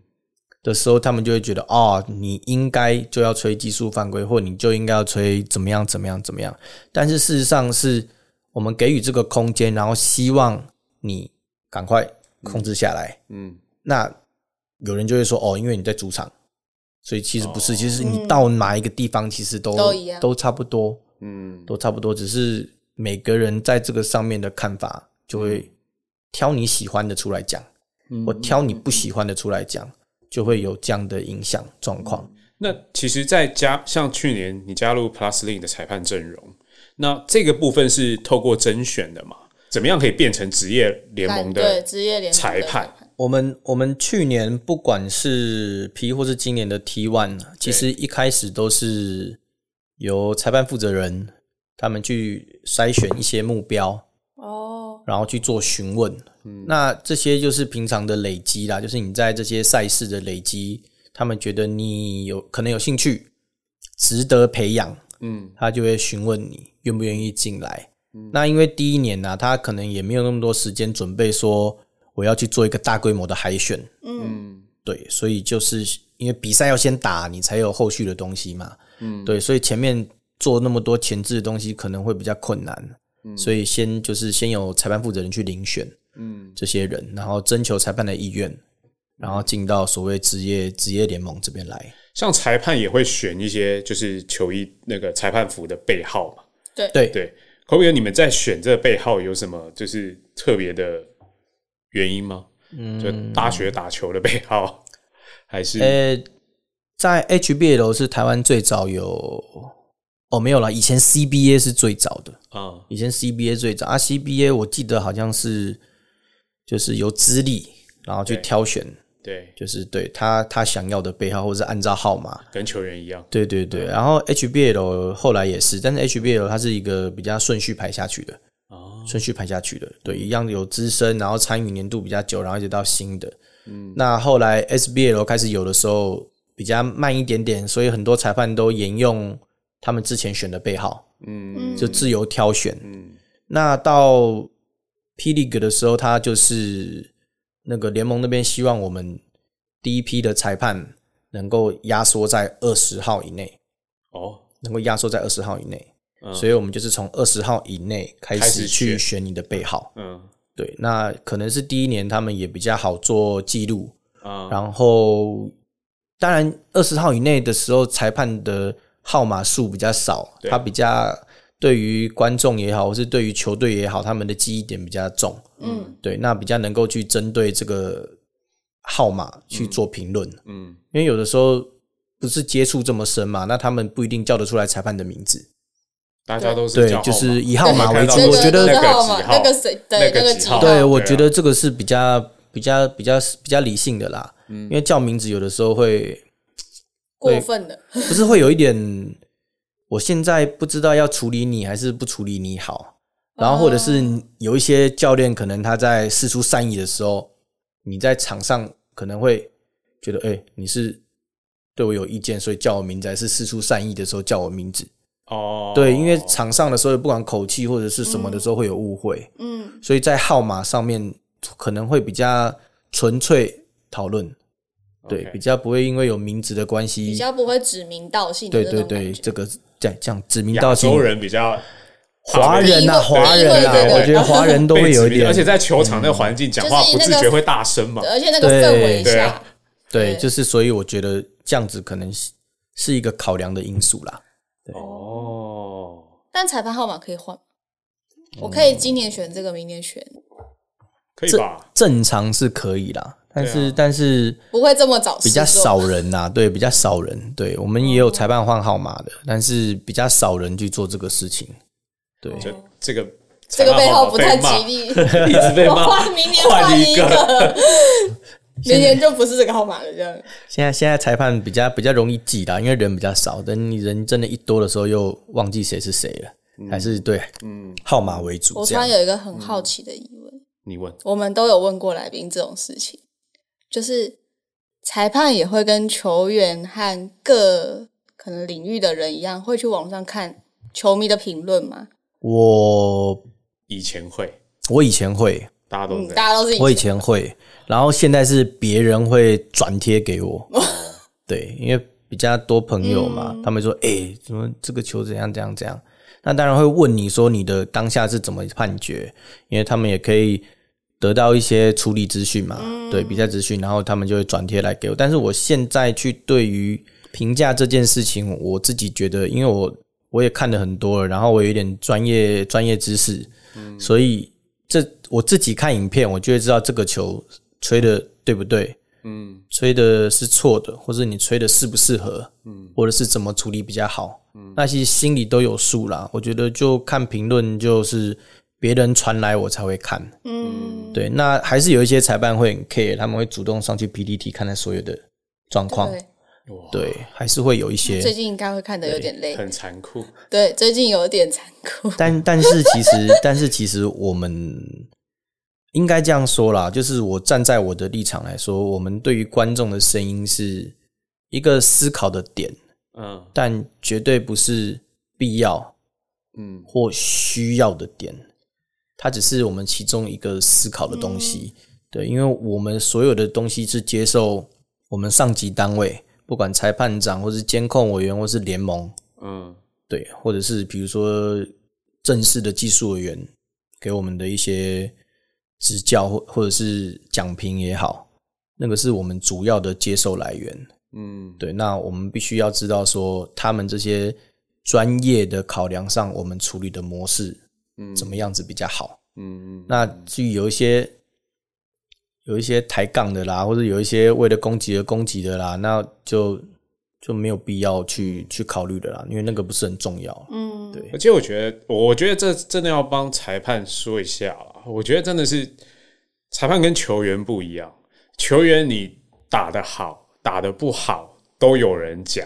的时候，他们就会觉得哦，你应该就要吹技术犯规，或你就应该要吹怎么样怎么样怎么样。但是事实上是我们给予这个空间，然后希望你赶快控制下来。
嗯，
那有人就会说哦，因为你在主场，所以其实不
哦
是，其实你到哪一个地方，其实都
都一样
都差不多，
嗯，
都差不多，只是每个人在这个上面的看法就会挑你喜欢的出来讲。
嗯
我挑你不喜欢的出来讲，就会有这样的影响状况。
那其实，在加像去年你加入 Plus Link 的裁判阵容，那这个部分是透过甄选的嘛？怎么样可以变成职业联盟
对
的
职业联盟的
裁判？
我们我们去年不管是 P 或是今年的 T One，其啊实一开始都是由裁判负责人他们去筛选一些目标，
哦，
然后去做询问。
嗯
那这些就是平常的累积啦，就是你在这些赛事的累积，他们觉得你有可能有兴趣，值得培养，
嗯
他就会询问你愿不愿意进来。那因为第一年呢、他可能也没有那么多时间准备，说我要去做一个大规模的海选，
嗯
对，所以就是因为比赛要先打，你才有后续的东西嘛，
嗯，
对，所以前面做那么多前置的东西可能会比较困难，所以先就是先有裁判负责人去遴选
嗯
这些人，然后征求裁判的意愿，然后进到所谓职业职业联盟这边来。
像裁判也会选一些就是球衣那个裁判服的背号嘛，
对，
对，可不可以你们在选这背号有什么就是特别的原因吗？
嗯
就大学打球的背号， 还是、
呃，在 HBL 是台湾最早有，哦没有啦，以前 CBA 是最早的，
啊
以前 CBA 最早啊，CBA 我记得好像是就是由资历，然后去
对
挑选，
对，
就是对他他想要的背号，或者是按照号码。
跟球员一样，
对对
嗯
对，然后 HBL 后来也是，但是 HBL 它是一个比较顺序排下去的，
哦，
顺序排下去的，对，一样有资深，然后参与年度比较久，然后一直到新的。嗯，那后来 SBL 开始有的时候比较慢一点点，所以很多裁判都沿用他们之前选的背号，
嗯
就自由挑选。
嗯
那到 P League 的时候，他就是那个联盟那边希望我们第一批的裁判能够压缩在二十号以内，
哦，
能够压缩在二十号以内。
嗯
所以我们就是从二十号以内开
开
始
始
去
选
选你的背号。
嗯
对，那可能是第一年他们也比较好做记录，
啊
然后当然二十号以内的时候，裁判的号码数比较少，
对
他比较对于观众也好，或是对于球队也好，他们的记忆点比较重，
嗯，
对，那比较能够去针对这个号码去做评论，
嗯
因为有的时候不是接触这么深嘛，那他们不一定叫得出来裁判的名字，
大家都是
对
叫号码
就是以号码为主
对
我觉得
那
那
个
个号
几
码
号
那个谁对
那个
那个
几
几
号
号
对，我
对啊
觉得这个是比较比较比较比较理性的啦，
嗯
因为叫名字有的时候会
过分的，
不是会有一点，我现在不知道要处理你还是不处理你好，然后或者是
哦
有一些教练可能他在事出善意的时候，你在场上可能会觉得，哎、你是对我有意见，所以叫我名字，还是事出善意的时候叫我名字？
哦，
对，因为场上的时候不管口气或者是什么的时候会有误会，
嗯，
所以在号码上面可能会比较纯粹讨论，对
哦 OK
比较不会因为有名字的关
比
系，
较不会指名道姓的
对
那
对
种感
对，
觉。
这个这样这样指名道
亚
姓，
洲人比较
华人啊，
对
华人啊，
对对对
我觉得华人都
被
会有
指
一
名，
点，嗯
而且在球场那个环境讲话
就是
不
那
自
个
觉会大声嘛
对，而且那个氛围
对对
下
啊，
对，
对
就是所以我觉得这样子可能是是一个考量的因素啦。
哦，
但裁判号码可以换，我可以今年选这个，明年选，
可以吧？
正常是可以啦，但
对
是、
啊
但是
不会这么早
比较
试做
少人呐、对，比较少人，对我们也有裁判换号码的，但是比较少人去做这个事情，对。
就这个
哦这个背号不太
被骂
吉，利，
一直被
我
骂，
换明年
换一
一
个
个，明年就不是这个号码了，这样。
现在现在裁判比较比较容易记啦，因为人比较少，等你人真的一多的时候，又忘记谁是谁了，还是对，嗯，号码为主
我
这
突然
样。
有一个很好奇的疑问，
你问
我们都有问过来宾这种事情，就是裁判也会跟球员和各可能领域的人一样，会去网上看球迷的评论吗？
我
以前会，
我以前会，
大家都
嗯，
这样，
大家都是
我以前会，然后现在是别人会转贴给我，对，因为比较多朋友嘛，他们说，哎、怎么这个球怎样怎样怎样，那当然会问你说你的当下是怎么判决，因为他们也可以得到一些处理资讯嘛，对比赛资讯，然后他们就会转贴来给我。但是我现在去对于评价这件事情，我自己觉得，因为我我也看了很多了，然后我有一点专业专业知识，所以这我自己看影片，我就会知道这个球吹的对不对，
嗯
吹的是错的，或者你吹的适不适合，
嗯
或者是怎么处理比较好，那其实心里都有数啦。我觉得就看评论，就是别人传来我才会看，
嗯，
对。那还是有一些裁判会很 care，他们会主动上去 PPT 看看所有的状况，
对，
哇，
对，还是会有一些。
最近应该会看得有点累，
很残酷，
对，最近有点残酷，
但但是其实，但是其实我们应该这样说啦，就是我站在我的立场来说，我们对于观众的声音是一个思考的点，
嗯
但绝对不是必要
嗯
或需要的点，它只是我们其中一个思考的东西。对，因为我们所有的东西是接受我们上级单位，不管裁判长或是监控委员或是联盟，
嗯
对，或者是比如说正式的技术委员给我们的一些指教或或者是讲评也好，那个是我们主要的接受来源。
嗯，
对，那我们必须要知道说，他们这些专业的考量上，我们处理的模式怎么样子比较好。
嗯，
那至于有一些有一些抬杠的啦，或者有一些为了攻击而攻击的啦，那就就没有必要去去考虑的啦，因为那个不是很重要。啊
嗯，
对
而且我觉得，我觉得这真的要帮裁判说一下了。我觉得真的是裁判跟球员不一样，球员你打得好，打得不好都有人讲，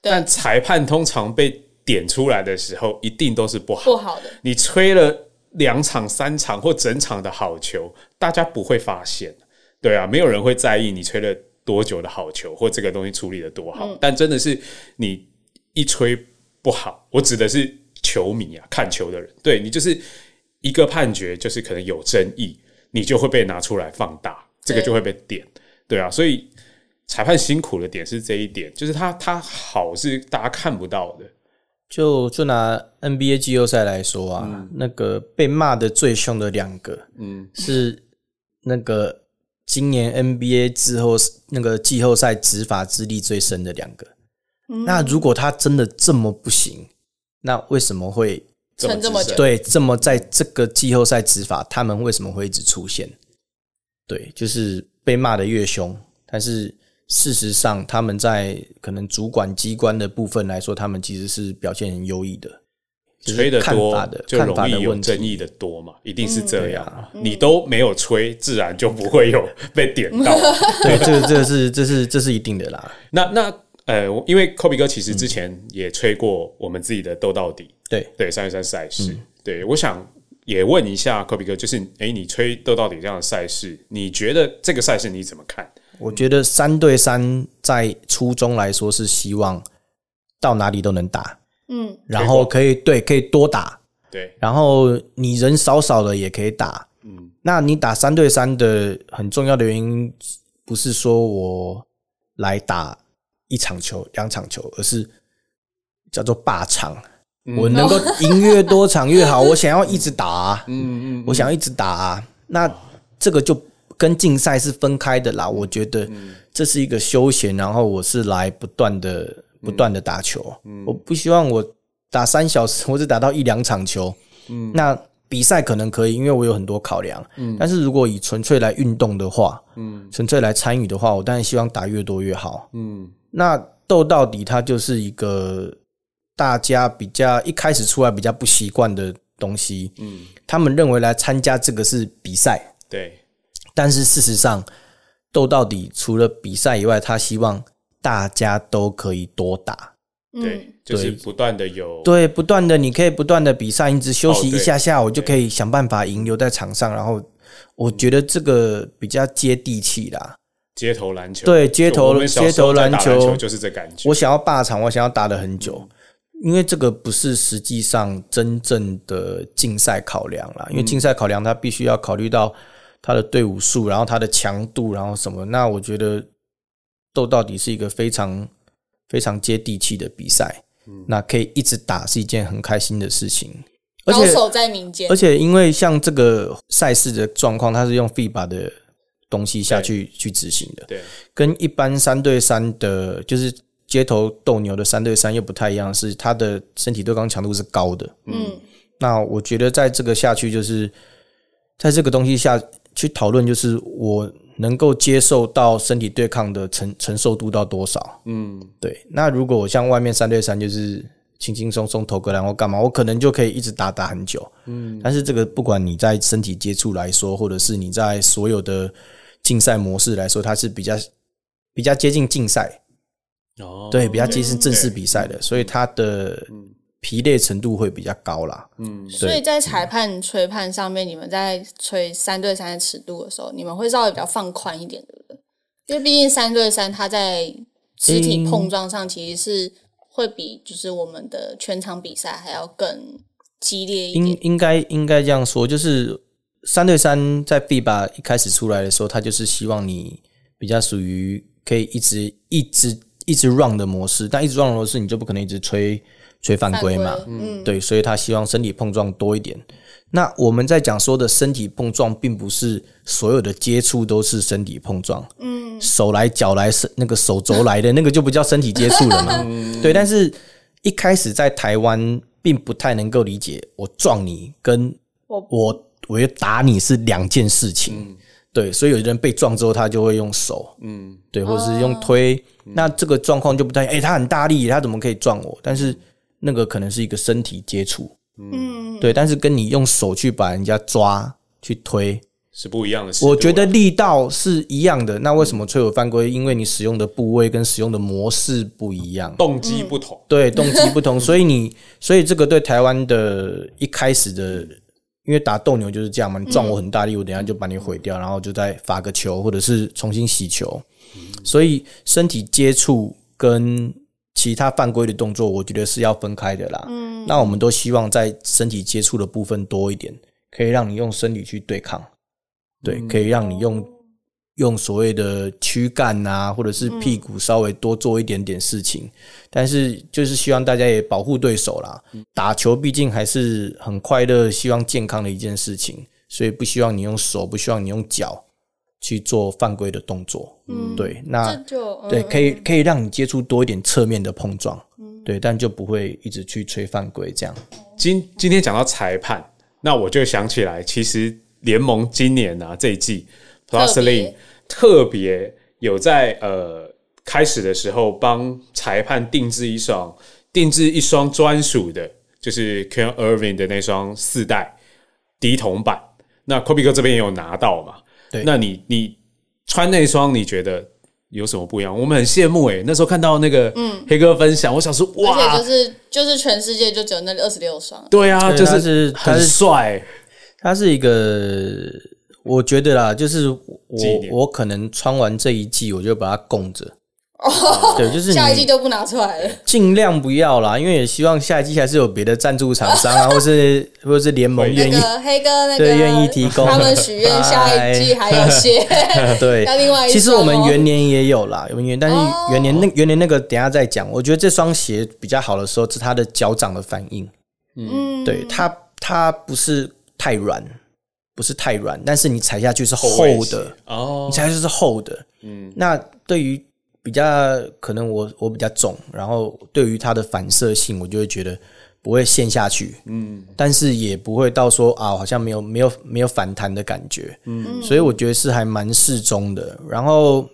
对
但裁判通常被点出来的时候，一定都是不好。
不好的，
你吹了两场、三场或整场的好球，大家不会发现，对啊，没有人会在意你吹了多久的好球或这个东西处理的多
嗯
好。但真的是你一吹不好，我指的是球迷啊，看球的人，对你就是一个判决，就是可能有争议，你就会被拿出来放大，这个
对
就会被点，对啊，所以。裁判辛苦的点是这一点，就是他他好是大家看不到的，
就就拿 NBA 季后赛来说啊，那个被骂的最凶的两个
嗯，
是那个今年 NBA 之后那个季后赛执法资历最深的两个。那如果他真的这么不行，那为什么会
撑这么
资
久
深，
对这么在这个季后赛执法，他们为什么会一直出现？对，就是被骂的越凶，但是事实上他们在可能主管机关的部分来说，他们其实是表现很优异的。就是
吹的
看
多
法的
就
看法
容
的
易有
问题
争议的多嘛，一定是这样
嗯
啊。你都没有吹，自然就不会 有被点到。
对，这个这个是这是这是一定的啦。
那那呃，我因为 Kobe 哥其实之前也吹过我们自己的斗到底，
对，
对三十三赛事，
嗯
对我想也问一下 Kobe 哥，就是诶，你吹斗到底这样的赛事，你觉得这个赛事你怎么看？
我觉得三对三在初中来说是希望到哪里都能打，
嗯，
然后可以对可以多打，
对，
然后你人少少的也可以打。嗯，那你打三对三的很重要的原因，不是说我来打一场球、两场球，而是叫做霸场。
嗯
我能够赢越多场越好，我想要一直打、啊，
嗯嗯，
我想要一直打、啊。那这个就跟竞赛是分开的啦。我觉得这是一个休闲，然后我是来不断
嗯
的、不断的打球。我不希望我打三小时，我只打到一两场球。
嗯
那比赛可能可以，因为我有很多考量。但是如果以纯粹来运动的话，嗯，纯粹来参与的话，我当然希望打越多越好。
嗯
那斗到底，它就是一个大家比较一开始出来比较不习惯的东西。
嗯，
他们认为来参加这个是比赛，
对，
但是事实上，斗到底除了比赛以外，他希望大家都可以多打。
对
嗯，，
就是
对
不断的有
对，不断的，你可以不断的比赛，你只休息
哦
一
对
下下，我就可以想办法赢，留在场上。然后我觉得这个比较接地气啦。
街头篮球，
对街头
我们小时候
街头
在
篮
打
球
篮球就是这感觉。
我想要霸场，我想要打得很久，因为这个不是实际上真正的竞赛考量啦。因为竞赛考量，它必须要考虑到他的队伍数，然后他的强度，然后什么。那我觉得斗到底是一个非常非常接地气的比赛，那可以一直打是一件很开心的事情，而
高
且。
手在民间
而，且因为像这个赛事的状况，它是用 FIBA 的东西下去去执行的，
对，
跟一般三对三的，就是街头斗牛的三对三又不太一样，是它的身体对抗强度是高的。
嗯，
那我觉得在这个下去，就是在这个东西下去讨论，就是我能够接受到身体对抗的承承受度到多少。
嗯，
对，那如果我像外面三对三，就是轻轻松松投个篮或干嘛，我可能就可以一直打打很久。嗯，但是这个不管你在身体接触来说，或者是你在所有的竞赛模式来说，它是比较比较接近竞赛，
哦，
对，比较接近
嗯
正式比赛的，所以它的疲累程度会比较高啦。
嗯，
所以在裁判吹判上面，你们在吹三对三的尺度的时候，你们会稍微比较放宽一点，对不对？因为毕竟三对三，它在肢体碰撞上其实是会比就是我们的全场比赛还要更激烈一
应
点。
应该应该这样说，就是三对三在 FIBA 一开始出来的时候，他就是希望你比较属于可以一直一直一直 run 的模式，但一直 run 的模式你就不可能一直吹吹犯
犯
规
规
嘛，
嗯，
对，所以他希望身体碰撞多一点。那我们在讲说的身体碰撞，并不是所有的接触都是身体碰撞， 嗯，手来脚来，是那个手肘来的那个就不叫身体接触了嘛，对。但是一开始在台湾并不太能够理解，我撞你跟
我嗯
我我要打你是两件事情。对，所以有的人被撞之后，他就会用手，
嗯，
对，或者是用推。那这个状况就不太，哎、他很大力，他怎么可以撞我？但是那个可能是一个身体接触，
嗯，
对，但是跟你用手去把人家抓去推，
是不一样的事。
我觉得力道是一样的。那为什么吹有犯规？因为你使用的部位跟使用的模式不一样。
动机不同，
对，动机不同，所以你，所以这个对台湾的一开始的，因为打斗牛就是这样嘛，你撞我很大力，我等一下就把你毁掉，然后就再罚个球，或者是重新洗球。所以身体接触跟其他犯规的动作，我觉得是要分开的啦。嗯，那我们都希望在身体接触的部分多一点，可以让你用身体去对抗，对，可以让你用。用所谓的躯干啊，或者是屁股稍微多做一点点事情，但是就是希望大家也保护对手啦。打球毕竟还是很快乐、希望健康的一件事情，所以不希望你用手，不希望你用脚去做犯规的动作。嗯，对，
这
那
就嗯
对可以可以让你接触多一点侧面的碰撞，
嗯
对，但就不会一直去吹犯规这样。
今今天讲到裁判，那我就想起来，其实联盟今年啊这一季 Plus
特
Lin
别
特别有在呃开始的时候帮裁判定制一双定制一双专属的，就是 k e n Irving 的那双四代低筒版。那 Kobe 哥这边也有拿到嘛？
对
那你你穿那双，你觉得有什么不一样？我们很羡慕欸诶、那时候看到那个黑哥分享，我想说
嗯而且
哇
就，是就是全世界就只有那二十六双，
对啊，
对
就
他是他
很
是
帅、
它是一个，我觉得啦，就是我
纪念
我可能穿完这一季，我就把它供着。对，就是
哦下一
你
季都不拿出来了。
尽量不要啦，因为也希望下一季还是有别的赞助厂 商啊，或是或是联盟
那
愿意
个黑哥那个
对愿意提供
他们许愿下一季还有些
对
要另外一双哦哦
其实我们元年也有啦，有元，但是元年那元年那个等一下再讲。我觉得这双鞋比较好的时候是它的脚掌的反应，
嗯，
对它它不是太软，不是太软，但是你踩下去是厚
卫鞋
的，
哦
你，猜就是厚的。嗯，那对于比较可能我我比较重，然后对于它的反射性，我就会觉得不会陷下去。嗯，但是也不会到说啊，好像没有没有没有反弹的感觉。嗯，所以我觉得是还蛮适中的。然后。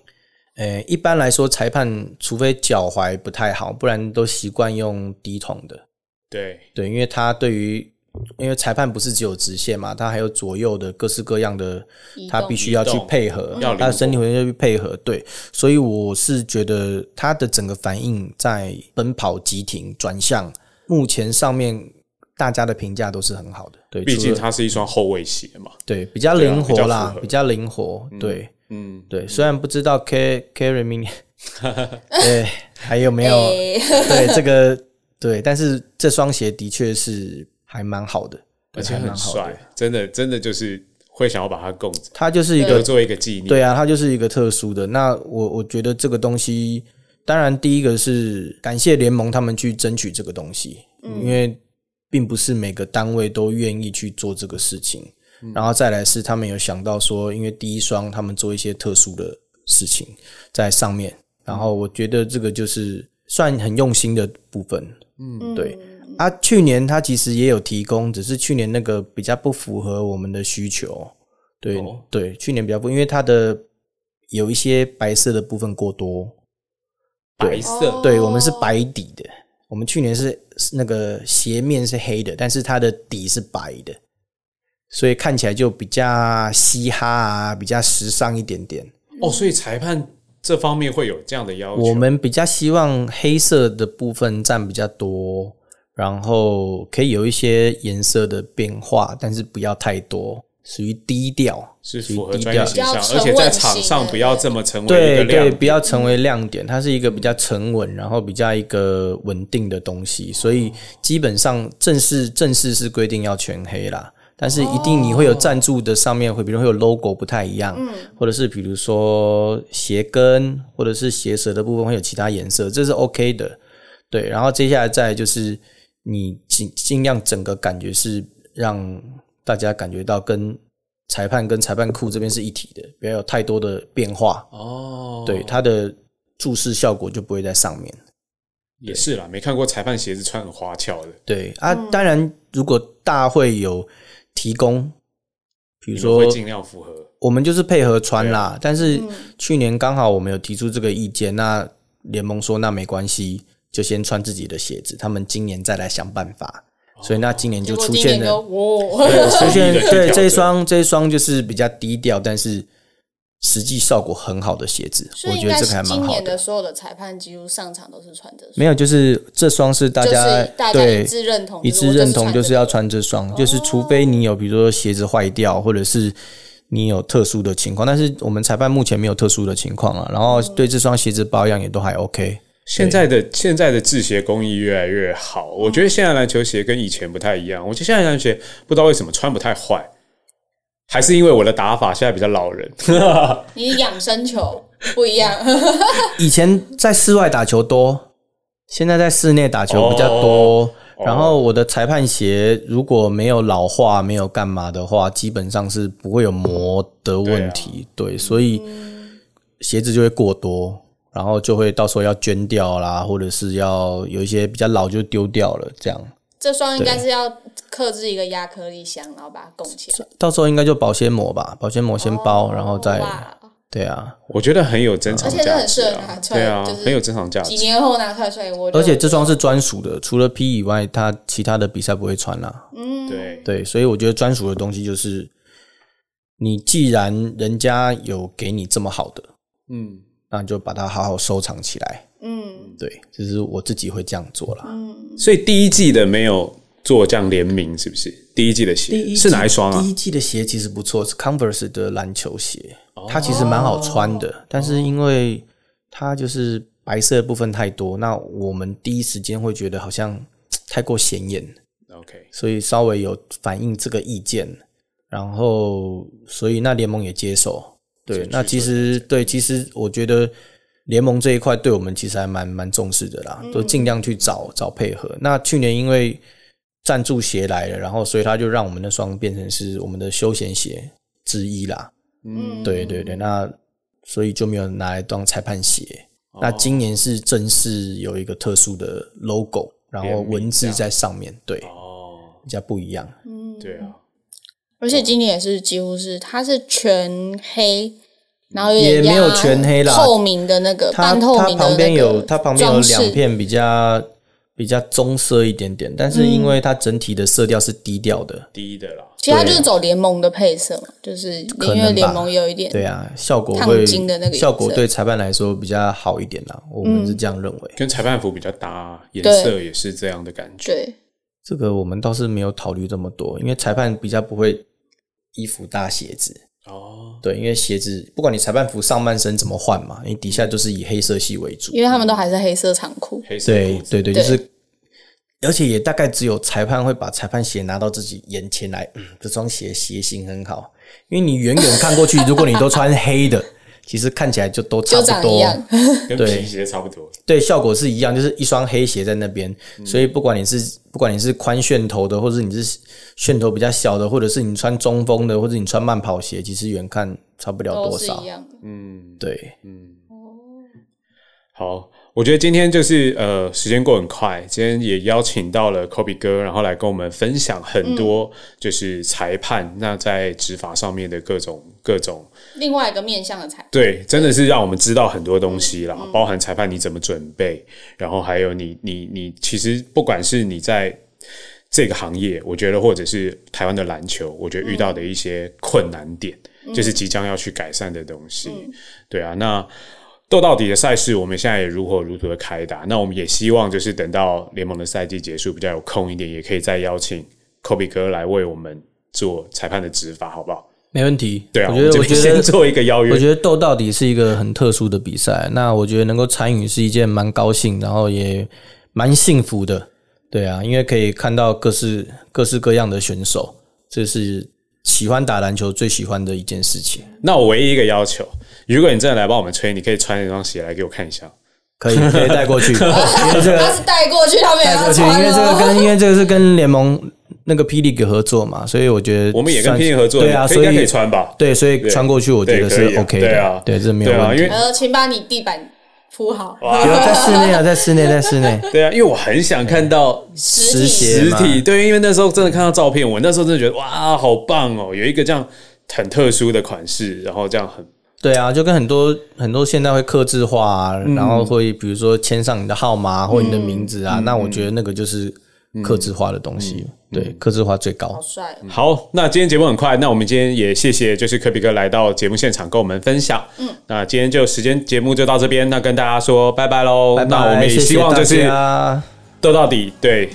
呃，一般来说，裁判除非脚踝不太好，不然都习惯用低筒的。
对，
对，因为他对于，因为裁判不是只有直线嘛，他还有左右的各式各样的
移，
他
动
必须要
移
去
动
配合
要，
他
灵
的身体回要去配合。对，所以我是觉得他的整个反应在奔跑、急停、转向，目前上面大家的评价都是很好的。对，
毕
除
竟
了
它是一双后卫鞋嘛。
对比较
对啊
灵
比较
活
符
啦
合，
比较灵活。对
嗯，
对，虽然不知道 K Carry 明年，对还有 没有
哎
对这个对，但是这双鞋的确是还蛮好的，对
而且
还蛮
很
好的
帅。，真的真的就是会想要把它供着，
它就是一
留
个
作为一个纪念。
对啊，它就是一个特殊的。那我我觉得这个东西，当然第一个是感谢联盟他们去争取这个东西，因为并不是每个单位都愿意去做这个事情。然后再来是他们有想到说，因为第一双他们做一些特殊的事情在上面，然后我觉得这个就是算很用心的部分。嗯，对。啊，去年他其实也有提供，只是去年那个比较不符合我们的需求。对、
哦
对，去年比较不，因为它的有一些白色的部分过多。
白色
哦
对，我们是白底的，我们去年是是那个鞋面是黑的，但是它的底是白的，所以看起来就比较嘻哈啊，比较时尚一点点。
哦，所以裁判这方面会有这样的要求。
我们比较希望黑色的部分占比较多，然后可以有一些颜色的变化，但是不要太多，属于低调。
是
属于
符合
低
专业
调
形象，
比较沉
而且在
稳
场
型
上
的
不要这么成为一个
对对，
亮
不要成为亮点，它是一个比较沉稳，然后比较一个稳定的东西，所
哦
以基本上正式正式是规定要全黑啦。但是一定你会有赞助的上
哦
面会，比如会有 logo 不太一样，
嗯
或者是比如说鞋跟或者是鞋舌的部分会有其他颜色，这是 OK 的。对，然后接下来再来就是你尽尽量整个感觉是让大家感觉到跟裁判跟裁判库这边是一体的，不要有太多的变化。
哦。
对，它的注视效果就不会在上面。
也是啦，没看过裁判鞋子穿很花俏的。
对啊，
嗯
当然，如果大会有提供，
你
比如
们
说
嗯会尽量符合，
我们就是配合穿啦。但
嗯
是去年刚好我们有提出这个意见，那联盟说那没关系，就先穿自己的鞋子，他们今年再来想办法。所以那今年就
结果
出
今
现
年
了
就哇，
出 现
低的低调
对
的
这一双这一双就是比较低调，但是实际效果很好的鞋子，
所
我
以
觉
应
得
该
这个
是
还蛮
今
好
年的所有的裁判几乎上场都是穿着，
没有，就是这双是大
就
家
是大家
对
一致认同，
一
就是哦
致
我
认同，就是
要
要穿这双，就是除非你有比如说鞋子坏掉，或者是你有特殊的情况，但是我们裁判目前没有特殊的情况啊。然后对这双鞋子保养也都还 OK，
现在的现在的制鞋工艺越来越好，我觉得现在篮球鞋跟以前不太一样。我觉得现在篮球鞋不知道为什么穿不太坏，还是因为我的打法现在比较老人。
你养生球不一样，
以前在室外打球多，现在在室内打球比较多。然后我的裁判鞋如果没有老化、没有干嘛的话，基本上是不会有磨的问题。对，所以鞋子就会过多，然后就会到时候要捐掉啦，或者是要有一些比较老就丢掉了，这样
这双应该是要克制一个亚克力箱，然后把它供起来，
到时候应该就保鲜膜吧，保鲜膜先包，然后再
哦哇
对啊。
我觉得很有珍藏
而且这
价
很
值、
适合
啊
拿，出来
对啊，
就是
很有珍藏价
几
值。
年后拿出来穿，我就
而且这双是专属的，除了 P 以外，它其他的比赛不会穿啦。
对，
对，所以我觉得专属的东西就是，你既然人家有给你这么好的，
嗯，
那你就把它好好收藏起来。
嗯
对，就是我自己会这样做啦。
所以第一季的没有做这样联名，是不是？第一季的鞋
季
是哪一双啊
第？一季的鞋其实不错，是 Converse 的篮球鞋，
哦
它其实蛮好穿的，但是因为它就是白色的部分太多，那我们第一时间会觉得好像嘖太过显眼，
OK，
所以稍微有反映这个意见，然后所以那联盟也接受。对
先，去
那其实对，其实我觉得联盟这一块对我们其实还蛮蛮重视的啦，都尽量去找找配合。那去年因为赞助鞋来了，然后所以他就让我们那双变成是我们的休闲鞋之一啦。
嗯，
对对对，那所以就没有拿来当裁判鞋。
哦
那今年是正式有一个特殊的 logo，然后文字在上面，对，
哦，
比较不一样。
对啊，
而且今年也是几乎是，它是全黑，然后有点
也没有
压
全黑啦
透明的那个
它
呃半透
它
明的
旁边
那个
有它旁边有
装饰
两，片比较比较棕色一点点，但是因
嗯
为它整体的色调是低调的，
第一的啦。
其实它就是走联盟的配色嘛，就是
可
因
能吧
为联盟有一点
对啊，效果
烫
会
金的那个颜色嗯
效果对裁判来说比较好一点啦，我们是这样认为。
跟裁判服比较搭，颜
对
色也是这样的感觉。
对
这个我们倒是没有考虑这么多，因为裁判比较不会衣服搭鞋子，
哦，
对，因为鞋子不管你裁判服上半身怎么换嘛，你底下就是以黑色系为主，
因为他们都还是黑色长裤，
黑色
对
裤子
对对，
对
就是，而且也大概只有裁判会把裁判鞋拿到自己眼前来，嗯，这双鞋鞋型很好，因为你远远看过去，如果你都穿黑的，其实看起来就都差
就
不
长一
多，
样。
跟
对
皮鞋差不多。
对，效果是一样，就是一双黑鞋在那边，
嗯
所以不管你是不管你是宽楦头的，或者你是楦头比较小的，或者是你穿中锋的，或者你穿慢跑鞋，其实远看 差不了
都
多
是
少
一，样的。
嗯，
对，
好，我觉得今天就是呃，时间过很快，今天也邀请到了 Kobe 哥，然后来跟我们分享很多就是裁判、那在执法上面的各种各种，
另外一个面向的裁判，
对，真的是让我们知道很多东西啦，包含裁判你怎么准备，然后还有你你你，其实不管是你在。这个行业，我觉得或者是台湾的篮球，我觉得遇到的一些困难点，就是即将要去改善的东西。对啊，那斗到底的赛事，我们现在也如火如荼的开打。那我们也希望就是等到联盟的赛季结束，比较有空一点，也可以再邀请 Kobe 哥来为我们做裁判的执法，好不好？
没问题。
对啊，
我
我们这
觉得我
边
觉得
先做一个邀约
我。觉得斗到底是一个很特殊的比赛，那我觉得能够参与是一件蛮高兴，然后也蛮幸福的。对啊，因为可以看到各式各式各样的选手，这是喜欢打篮球最喜欢的一件事情。
那我唯一一个要求，如果你真的来帮我们吹，你可以穿一双鞋来给我看一下。
可以可以带 过去，因为这
他
个
是带过去，他们也
带
要
过去，
穿
因为这个
哦。
跟因为这个是跟联盟那个霹雳给合作嘛，所以我觉得
我们也跟
算是
P 合作，
对啊，
可以
所
应该可
以
以穿吧？
对，所以
对
穿过去我觉
对
得
可以
是
啊
OK
对
的
啊，
对，这没有
对啊
问
因
题
为。
呃，请把你地板铺好，
有在室内啊，在室内，在室内。
对啊，因为我很想看到
实
鞋
体
实
嘛
体，对，因为那时候真的看到照片，我那时候真的觉得哇，好棒哦，有一个这样很特殊的款式，然后这样很
对啊，就跟很多很多现在会刻字化、啊，
嗯
然后会比如说签上你的号码或你的名字
嗯
啊，那我觉得那个就是刻字化的东西，对，刻字化最高
好。帅哦，
好，那今天节目很快，那我们今天也谢谢就是科比哥来到节目现场跟我们分享。嗯，那今天就时间节目就到这边，那跟大家说拜拜喽。
拜拜，
那我们也希望就是
谢谢大家
斗到底，对，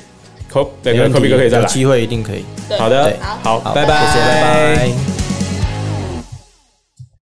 科那
没
个
问
科
题
比哥可以再
有
来。
机会一定可以。
对
好的
对，
好，
好，
拜拜，
谢谢，拜拜。